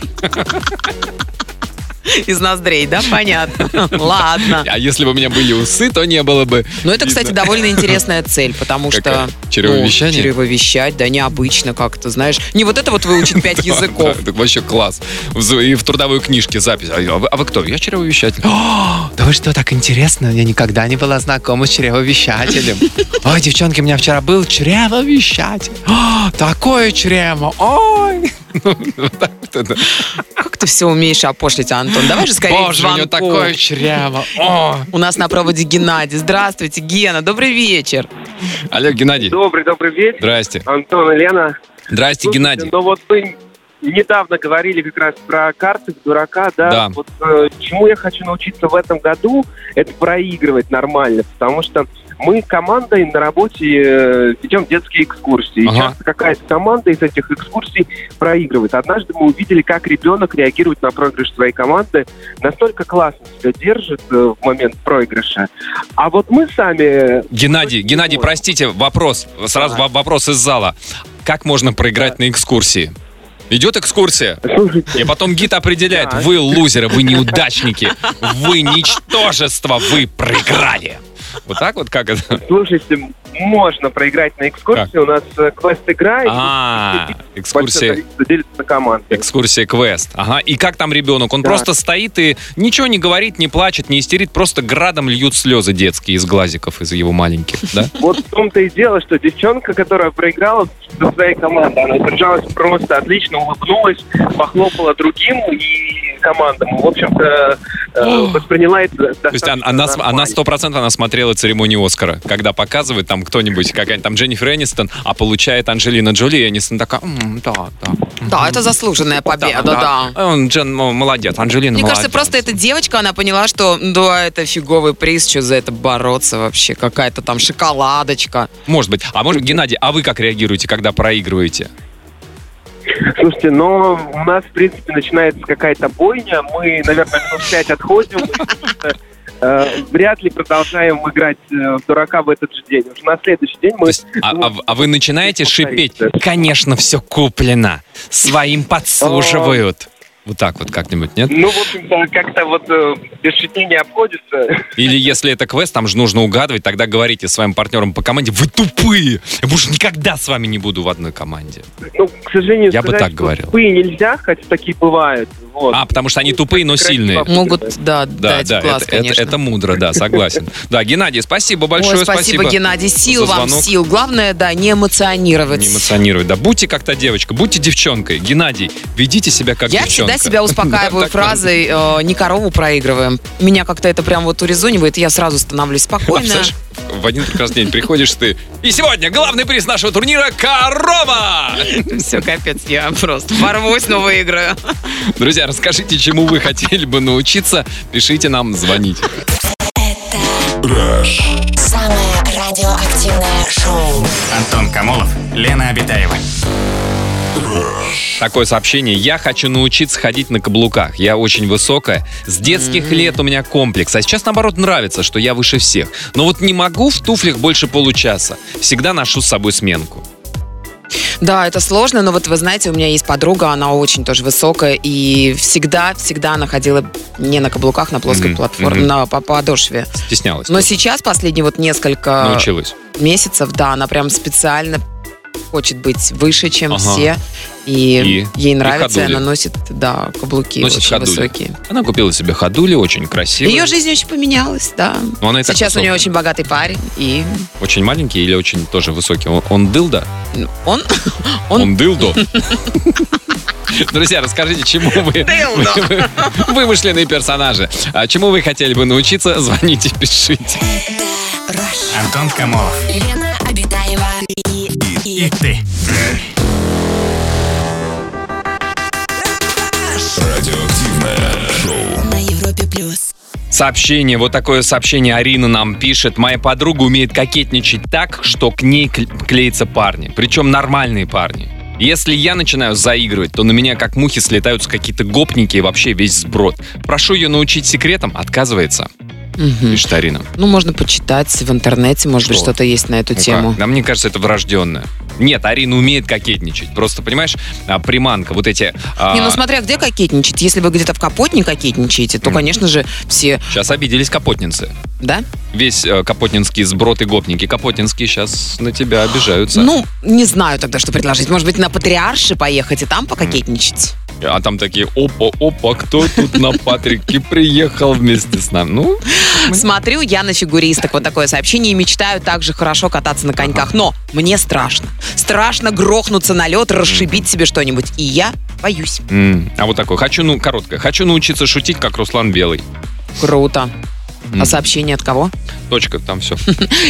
Speaker 4: Из ноздрей, да? Понятно. Ладно.
Speaker 3: А если бы у меня были усы, то не было бы.
Speaker 4: Ну,
Speaker 3: видно.
Speaker 4: это, кстати, довольно интересная цель, потому что...
Speaker 3: Какая? Черевовещание?
Speaker 4: ну, Черевовещать, да, необычно как-то, знаешь. Не вот это вот выучить пять языков.
Speaker 3: Так вообще класс. В зо- И в трудовой книжке запись. А я- а вы кто? Я черевовещатель. «О, Да вы что, так интересно? Я никогда не была знакома с чревовещателем. Ой, девчонки, у меня вчера был чревовещатель. «О, Такое чрево, ой. Ну, вот так вот это.
Speaker 4: Как ты все умеешь опошлить, Антон? Давай же скорее к
Speaker 3: Боже, у него
Speaker 4: звонку.
Speaker 3: такое чрево. О.
Speaker 4: У нас на проводе Геннадий. Здравствуйте, Гена, добрый вечер.
Speaker 3: Алло, Геннадий.
Speaker 12: Добрый, добрый вечер.
Speaker 3: Здрасте.
Speaker 12: Антон и Лена.
Speaker 3: Здрасте,
Speaker 12: Слушайте,
Speaker 3: Геннадий.
Speaker 12: Ну вот вы недавно говорили как раз про карты дурака, да?
Speaker 3: Да.
Speaker 12: Вот э, чему я хочу научиться в этом году, это проигрывать нормально, потому что мы командой на работе э, ведем детские экскурсии. И
Speaker 13: Ага.
Speaker 12: часто какая-то команда из этих экскурсий проигрывает. Однажды мы увидели, как ребенок реагирует на проигрыш своей команды. Настолько классно себя держит э, в момент проигрыша. А вот мы сами
Speaker 3: Геннадий, Геннадий, простите, вопрос. Сразу во- вопрос из зала. Как можно проиграть на экскурсии? Идет экскурсия. И потом гид определяет, вы лузеры, вы неудачники, вы ничтожество, вы проиграли. Вот так вот как это?
Speaker 12: Слушайте, можно проиграть на экскурсии. У нас э, квест игра. и
Speaker 3: А,
Speaker 12: большое
Speaker 3: экскурсия,
Speaker 12: количество делится на команды.
Speaker 3: экскурсия квест. Ага, и как там ребенок? Он
Speaker 12: Да.
Speaker 3: просто стоит и ничего не говорит, не плачет, не истерит, просто градом льют слезы детские из глазиков, из его маленьких, да?
Speaker 12: Вот в том-то и дело, что девчонка, которая проиграла со своей команды, она держалась просто отлично, улыбнулась, похлопала другим и командам. И, В общем-то, э, восприняла это
Speaker 3: То есть она- она см- она сто процентов она смотрела церемонию Оскара, когда показывает там кто-нибудь, какая-нибудь там Дженнифер Энистон, а получает Анджелина Джоли, и Энистон такая, «М, да, да.
Speaker 4: Да, это заслуженная победа, да.
Speaker 3: Э, он, Джен, ну, молодец, Анджелина
Speaker 4: Мне
Speaker 3: молодец.
Speaker 4: кажется, просто эта девочка, она поняла, что да, это фиговый приз, что за это бороться вообще, какая-то там шоколадочка.
Speaker 3: Может быть. А может, Геннадий, а вы как реагируете, когда проигрываете?
Speaker 12: Слушайте, но у нас, в принципе, начинается какая-то бойня. Мы, наверное, минут пять отходим. и, э, Вряд ли продолжаем играть э, в дурака в этот же день. Уже на следующий день мы...
Speaker 3: А, а в- а вы начинаете шипеть? Конечно, все куплено. Своим подслуживают. Вот так вот как-нибудь, нет?
Speaker 12: А, Ну, в общем-то, как-то вот э, без шутни не обходится.
Speaker 3: Или если это квест, там же нужно угадывать, тогда говорите своим партнерам по команде, вы тупые! Я больше никогда с вами не буду в одной команде.
Speaker 12: Ну, к сожалению,
Speaker 3: Я бы
Speaker 12: сказать,
Speaker 3: так
Speaker 12: что
Speaker 3: говорил.
Speaker 12: Тупые нельзя, хотя такие бывают. Вот.
Speaker 3: А, потому что они тупые, но сильные.
Speaker 4: Могут, да,
Speaker 3: Да,
Speaker 4: дать
Speaker 3: да,
Speaker 4: класс,
Speaker 3: это, это-
Speaker 4: конечно.
Speaker 3: это мудро, да, согласен. Да, Геннадий, спасибо большое,
Speaker 4: Ой, спасибо, Геннадий, сил
Speaker 3: за
Speaker 4: вам,
Speaker 3: звонок.
Speaker 4: сил. Главное, да, не эмоционировать.
Speaker 3: Не эмоционировать. Да, будьте как то девочка, будьте девчонкой. Геннадий, ведите себя как
Speaker 4: Я
Speaker 3: девчонка.
Speaker 4: всегда себя
Speaker 3: Да,
Speaker 4: успокаиваю
Speaker 3: так надо.
Speaker 4: фразой э, «не корову проигрываем». Меня как-то это прям вот урезонивает, и я сразу становлюсь
Speaker 3: А
Speaker 4: спокойная.
Speaker 3: представляешь, в один прекрасный день приходишь ты. И сегодня главный приз нашего турнира – корова!
Speaker 4: Все, капец, я просто ворвусь, но выиграю.
Speaker 3: Друзья, расскажите, чему вы хотели бы научиться. Пишите нам, звоните.
Speaker 1: Самое радиоактивное шоу.
Speaker 5: Антон Камолов, Лена Обитаева.
Speaker 3: Такое сообщение. Я хочу научиться ходить на каблуках. Я очень высокая. С детских лет у меня комплекс. А сейчас, наоборот, нравится, что я выше всех. Но вот не могу в туфлях больше получаса. Всегда ношу с собой сменку.
Speaker 4: Да, это сложно, но вот вы знаете, у меня есть подруга, она очень тоже высокая, и всегда, всегда она ходила не на каблуках, на плоской
Speaker 3: Мгм,
Speaker 4: платформе,
Speaker 3: мгм.
Speaker 4: на по подошве.
Speaker 3: Стеснялась.
Speaker 4: Но сейчас, последние вот несколько
Speaker 3: Научилась.
Speaker 4: месяцев, да, она прям специально хочет быть выше, чем
Speaker 3: Ага.
Speaker 4: все, и,
Speaker 3: И?
Speaker 4: ей
Speaker 3: И
Speaker 4: нравится, и она
Speaker 3: ходули.
Speaker 4: носит, да, каблуки
Speaker 3: Носит
Speaker 4: очень
Speaker 3: ходули.
Speaker 4: высокие.
Speaker 3: Она купила себе ходули, очень красивые.
Speaker 4: Ее жизнь очень поменялась, да.
Speaker 3: Но Ну, она и так
Speaker 4: Сейчас у
Speaker 3: высокая.
Speaker 4: нее очень богатый парень, и
Speaker 3: Очень маленький или очень тоже высокий? Он, он дылда?
Speaker 4: он...
Speaker 3: Он, дылдо. Друзья, расскажите, чему вы...
Speaker 4: Дылдо.
Speaker 3: вы- Вымышленные персонажи. А чему вы хотели бы научиться, звоните, пишите.
Speaker 5: Антон Камолов.
Speaker 1: Лена Обитаева и, и,
Speaker 5: ты.
Speaker 2: Радиоактивное шоу.
Speaker 1: на Европе плюс.
Speaker 3: Сообщение, вот такое сообщение Арина нам пишет. Моя подруга умеет кокетничать так, что к ней кле- клеятся парни. Причем нормальные парни. Если я начинаю заигрывать, то на меня как мухи слетаются какие-то гопники и вообще весь сброд. Прошу ее научить секретам, отказывается.
Speaker 4: Мгм.
Speaker 3: Пишет Арина.
Speaker 4: Ну, можно почитать в интернете, может быть,
Speaker 3: Что?
Speaker 4: что-то есть на эту
Speaker 3: Ну как?
Speaker 4: тему.
Speaker 3: Да, мне кажется, это врожденное. Нет, Арина умеет кокетничать. Просто, понимаешь, а, приманка, вот эти... а,
Speaker 4: Не, ну смотря где кокетничать. Если вы где-то в капотне кокетничаете, то, конечно же, все...
Speaker 3: Сейчас обиделись капотницы.
Speaker 4: Да?
Speaker 3: Весь э, капотнинский сброд и гопники. Капотнинские сейчас на тебя обижаются.
Speaker 4: Ну, не знаю тогда, что предложить. Может быть, на Патриарши поехать и там пококетничать?
Speaker 3: А там такие, опа, опа, кто тут на Патрике приехал вместе с нами? Ну,
Speaker 4: Смотрю я на фигуристок, вот такое сообщение, и мечтаю так же хорошо кататься на коньках. Но мне страшно. Страшно грохнуться на лед, расшибить себе что-нибудь. И я боюсь.
Speaker 3: м, а вот такое, хочу, ну, короткое, хочу научиться шутить, как Руслан Белый.
Speaker 4: Круто.
Speaker 3: М.
Speaker 4: А сообщение от кого?
Speaker 3: Точка, там все.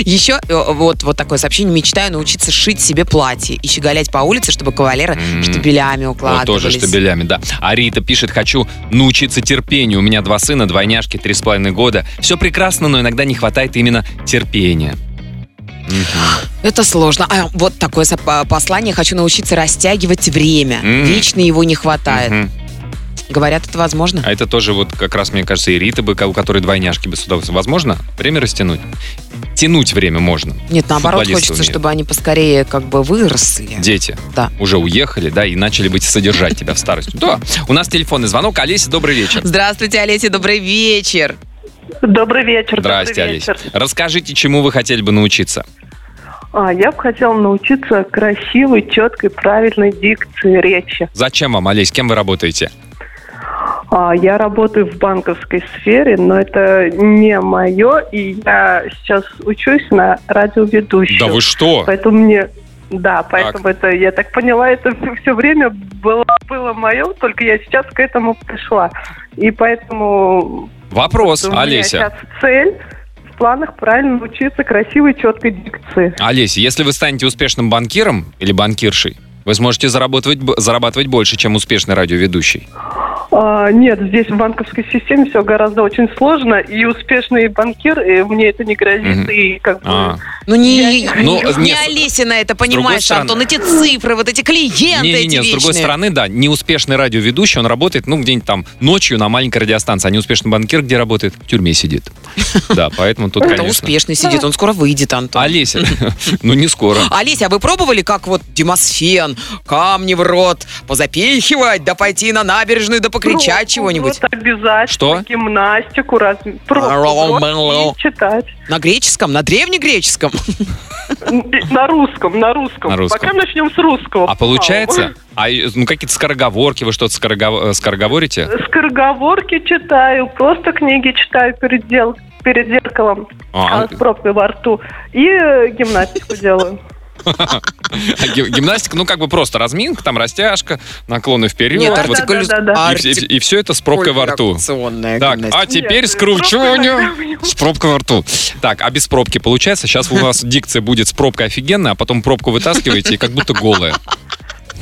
Speaker 4: Еще э, вот, вот такое сообщение. Мечтаю научиться шить себе платье и щеголять по улице, чтобы кавалеры штабелями
Speaker 3: Вот
Speaker 4: укладывались.
Speaker 3: тоже штабелями, да. А Рита пишет, хочу научиться терпению. У меня два сына, двойняшки, три с половиной года. Все прекрасно, но иногда не хватает именно терпения. Мгм.
Speaker 4: Это сложно. А вот такое со- по- послание. Хочу научиться растягивать время.
Speaker 3: М.
Speaker 4: Вечно его не хватает.
Speaker 3: Мгм.
Speaker 4: Говорят, это возможно.
Speaker 3: А это тоже вот как раз, мне кажется, и Рита бы, у которой двойняшки бы с удовольствием. Возможно, время растянуть? Тянуть время можно.
Speaker 4: Нет, наоборот,
Speaker 3: А, Футболисты
Speaker 4: хочется,
Speaker 3: умеют.
Speaker 4: чтобы они поскорее как бы выросли.
Speaker 3: Дети
Speaker 4: Да.
Speaker 3: уже уехали, да, и начали быть содержать тебя в старости. Да, у нас телефонный звонок. Олеся, добрый вечер.
Speaker 4: Здравствуйте, Олеся, добрый вечер.
Speaker 13: Добрый вечер.
Speaker 3: Здрасте,
Speaker 13: добрый
Speaker 3: Олеся.
Speaker 13: вечер.
Speaker 3: Расскажите, чему вы хотели бы научиться?
Speaker 13: А, я бы хотела научиться красивой, четкой, правильной дикции речи.
Speaker 3: Зачем вам, Олесь, кем вы работаете?
Speaker 13: А, я работаю в банковской сфере, но это не мое, и я сейчас учусь на радиоведущую.
Speaker 3: Да вы что?
Speaker 13: Поэтому мне... Да, поэтому это, я так поняла, это все время было, было мое, только я сейчас к этому пришла. И поэтому
Speaker 3: Вопрос,
Speaker 13: у меня сейчас
Speaker 3: Олеся.
Speaker 13: цель в планах правильно научиться красивой, четкой дикции.
Speaker 3: Олеся, если вы станете успешным банкиром или банкиршей, вы сможете зарабатывать, б- зарабатывать больше, чем успешный радиоведущий.
Speaker 13: А, нет, здесь в банковской системе все гораздо очень сложно, и успешный банкир, и мне это не грозит, и как бы...
Speaker 3: А.
Speaker 4: Ну не,
Speaker 3: Ну,
Speaker 4: не
Speaker 3: нет, с-
Speaker 4: Олесина это,
Speaker 3: другой
Speaker 4: понимаешь,
Speaker 3: стороны-
Speaker 4: Антон, эти цифры, вот эти клиенты, эти
Speaker 3: Не-не-не, с другой
Speaker 4: вечные.
Speaker 3: стороны, да, неуспешный радиоведущий, он работает, ну, где-нибудь там ночью на маленькой радиостанции, а неуспешный банкир где работает? В тюрьме сидит. Да, поэтому тут,
Speaker 4: Это
Speaker 3: конечно...
Speaker 4: успешный сидит, он скоро выйдет, Антон.
Speaker 3: Олеся, ну не скоро.
Speaker 4: Олеся, а вы пробовали, как вот Демосфен, камни в рот, позапихивать, да пойти на набережную, да покричать
Speaker 9: Ну,
Speaker 4: чего-нибудь?
Speaker 13: Вот обязательно
Speaker 4: Что?
Speaker 13: гимнастику, раз... просто
Speaker 4: Алло,
Speaker 13: вот,
Speaker 4: алло.
Speaker 13: и читать.
Speaker 4: На греческом, на древнегреческом.
Speaker 13: И На русском, на русском.
Speaker 3: На русском.
Speaker 13: Пока начнем с русского.
Speaker 3: А получается? А, э, ну, какие-то скороговорки, вы что-то скорого- э, скороговорите?
Speaker 13: Скороговорки читаю, просто книги читаю перед, дел- перед зеркалом,
Speaker 3: А,
Speaker 13: а, с пробкой во рту, и э, гимнастику делаю.
Speaker 3: А ги- Гимнастика, ну как бы просто разминка, там растяжка, наклоны вперед.
Speaker 4: Нет,
Speaker 3: вот-
Speaker 4: артикуля-
Speaker 3: И, все- и все это с пробкой во рту. Так, а теперь
Speaker 13: Нет,
Speaker 3: скручивание с пробкой во рту. Так, а без пробки получается? Сейчас у вас дикция будет с пробкой офигенно, а потом пробку вытаскиваете и как будто голая.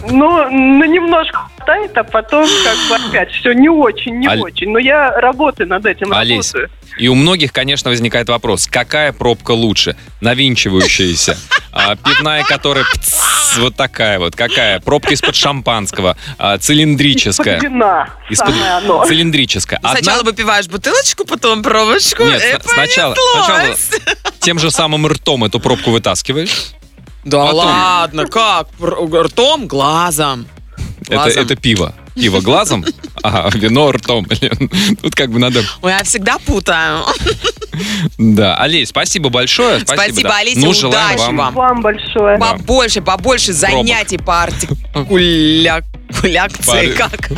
Speaker 13: Ну, ну, немножко хватает, а потом как бы опять все не очень, не
Speaker 3: Аль-
Speaker 13: очень. Но я работаю над этим,
Speaker 3: Олесь.
Speaker 13: работаю.
Speaker 3: И у многих, конечно, возникает вопрос, какая пробка лучше? Навинчивающаяся, а, пивная, которая пц, вот такая вот, какая? Пробка из-под шампанского, а, цилиндрическая.
Speaker 13: Вина.
Speaker 3: Из-под-
Speaker 13: Самое оно.
Speaker 3: Цилиндрическая.
Speaker 4: Сначала выпиваешь бутылочку, потом пробочку.
Speaker 3: Нет,
Speaker 4: и
Speaker 3: с- сначала, сначала
Speaker 4: понеслось.
Speaker 3: тем же самым ртом эту пробку вытаскиваешь.
Speaker 4: Да
Speaker 3: Потом.
Speaker 4: ладно, как? Р- Ртом, глазом.
Speaker 3: Это,
Speaker 4: Глазом.
Speaker 3: это пиво. Пиво глазом, а вино ртом. Блин, Тут как бы надо...
Speaker 4: Ой, я всегда путаю.
Speaker 3: Да, Олесь, спасибо большое. Спасибо,
Speaker 4: Спасибо,
Speaker 3: да.
Speaker 4: Олеся,
Speaker 3: Ну, желаем
Speaker 4: удачи
Speaker 3: вам.
Speaker 4: вам.
Speaker 13: Вам большое.
Speaker 4: Побольше, побольше занятий по артикуляции.
Speaker 3: Пары.
Speaker 4: Как?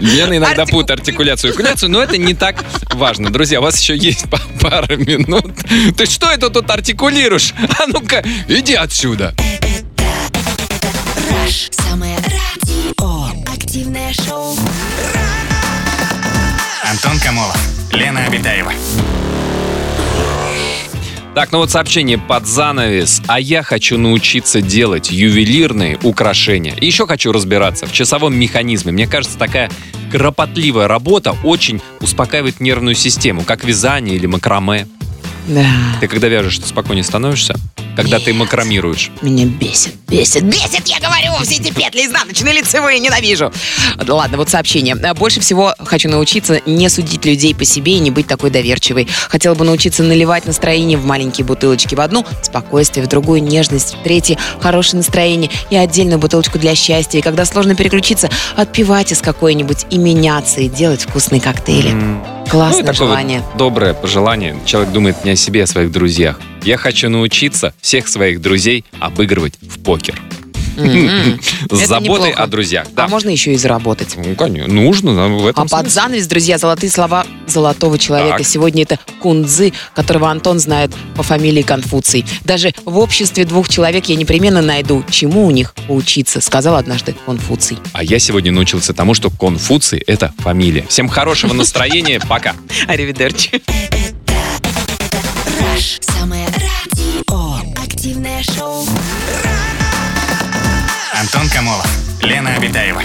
Speaker 3: Лена иногда путает артикуляцию и экуляцию, но это не так важно. Друзья, у вас еще есть па- пара минут. Ты что это тут артикулируешь? А ну-ка, иди отсюда.
Speaker 1: Rush. Самое радио. Активное шоу.
Speaker 5: Антон Камолов, Лена Обитаева.
Speaker 3: Так, ну вот сообщение под занавес. А я хочу научиться делать ювелирные украшения. И еще хочу разбираться в часовом механизме. Мне кажется, такая кропотливая работа очень успокаивает нервную систему, как вязание или макраме.
Speaker 4: Да.
Speaker 3: Ты когда вяжешь, ты спокойнее становишься? когда ты макромируешь?
Speaker 10: Меня бесит, бесит, бесит.
Speaker 4: Бесит, я говорю, все эти петли изнаночные, лицевые, ненавижу. Ладно, вот сообщение. Больше всего хочу научиться не судить людей по себе и не быть такой доверчивой. Хотела бы научиться наливать настроение в маленькие бутылочки. В одну – спокойствие, в другую – нежность, в третью – хорошее настроение и отдельную бутылочку для счастья. И когда сложно переключиться, отпивать из какой-нибудь и меняться, и делать вкусные коктейли.
Speaker 3: Ну, и
Speaker 4: Классное
Speaker 3: такое вот
Speaker 4: желание.
Speaker 3: доброе пожелание. Человек думает не о себе, а о своих друзьях. Я хочу научиться всех своих друзей обыгрывать в покер.
Speaker 4: М-м.
Speaker 3: С
Speaker 4: Это
Speaker 3: заботой
Speaker 4: неплохо.
Speaker 3: о друзьях.
Speaker 4: А можно еще и заработать.
Speaker 3: Ну, конечно, нужно. нам в этом
Speaker 4: А под занавес, друзья, золотые слова золотого человека.
Speaker 3: Так.
Speaker 4: Сегодня это Кунзы, которого Антон знает по фамилии Конфуций. Даже в обществе двух человек я непременно найду, чему у них поучиться, сказал однажды Конфуций.
Speaker 3: А я сегодня научился тому, что Конфуций – это фамилия. Всем хорошего настроения, пока.
Speaker 4: Аривидерчи.
Speaker 1: Rush. Самое радио. Активное шоу.
Speaker 5: Антон Камолов, Лена Обитаева.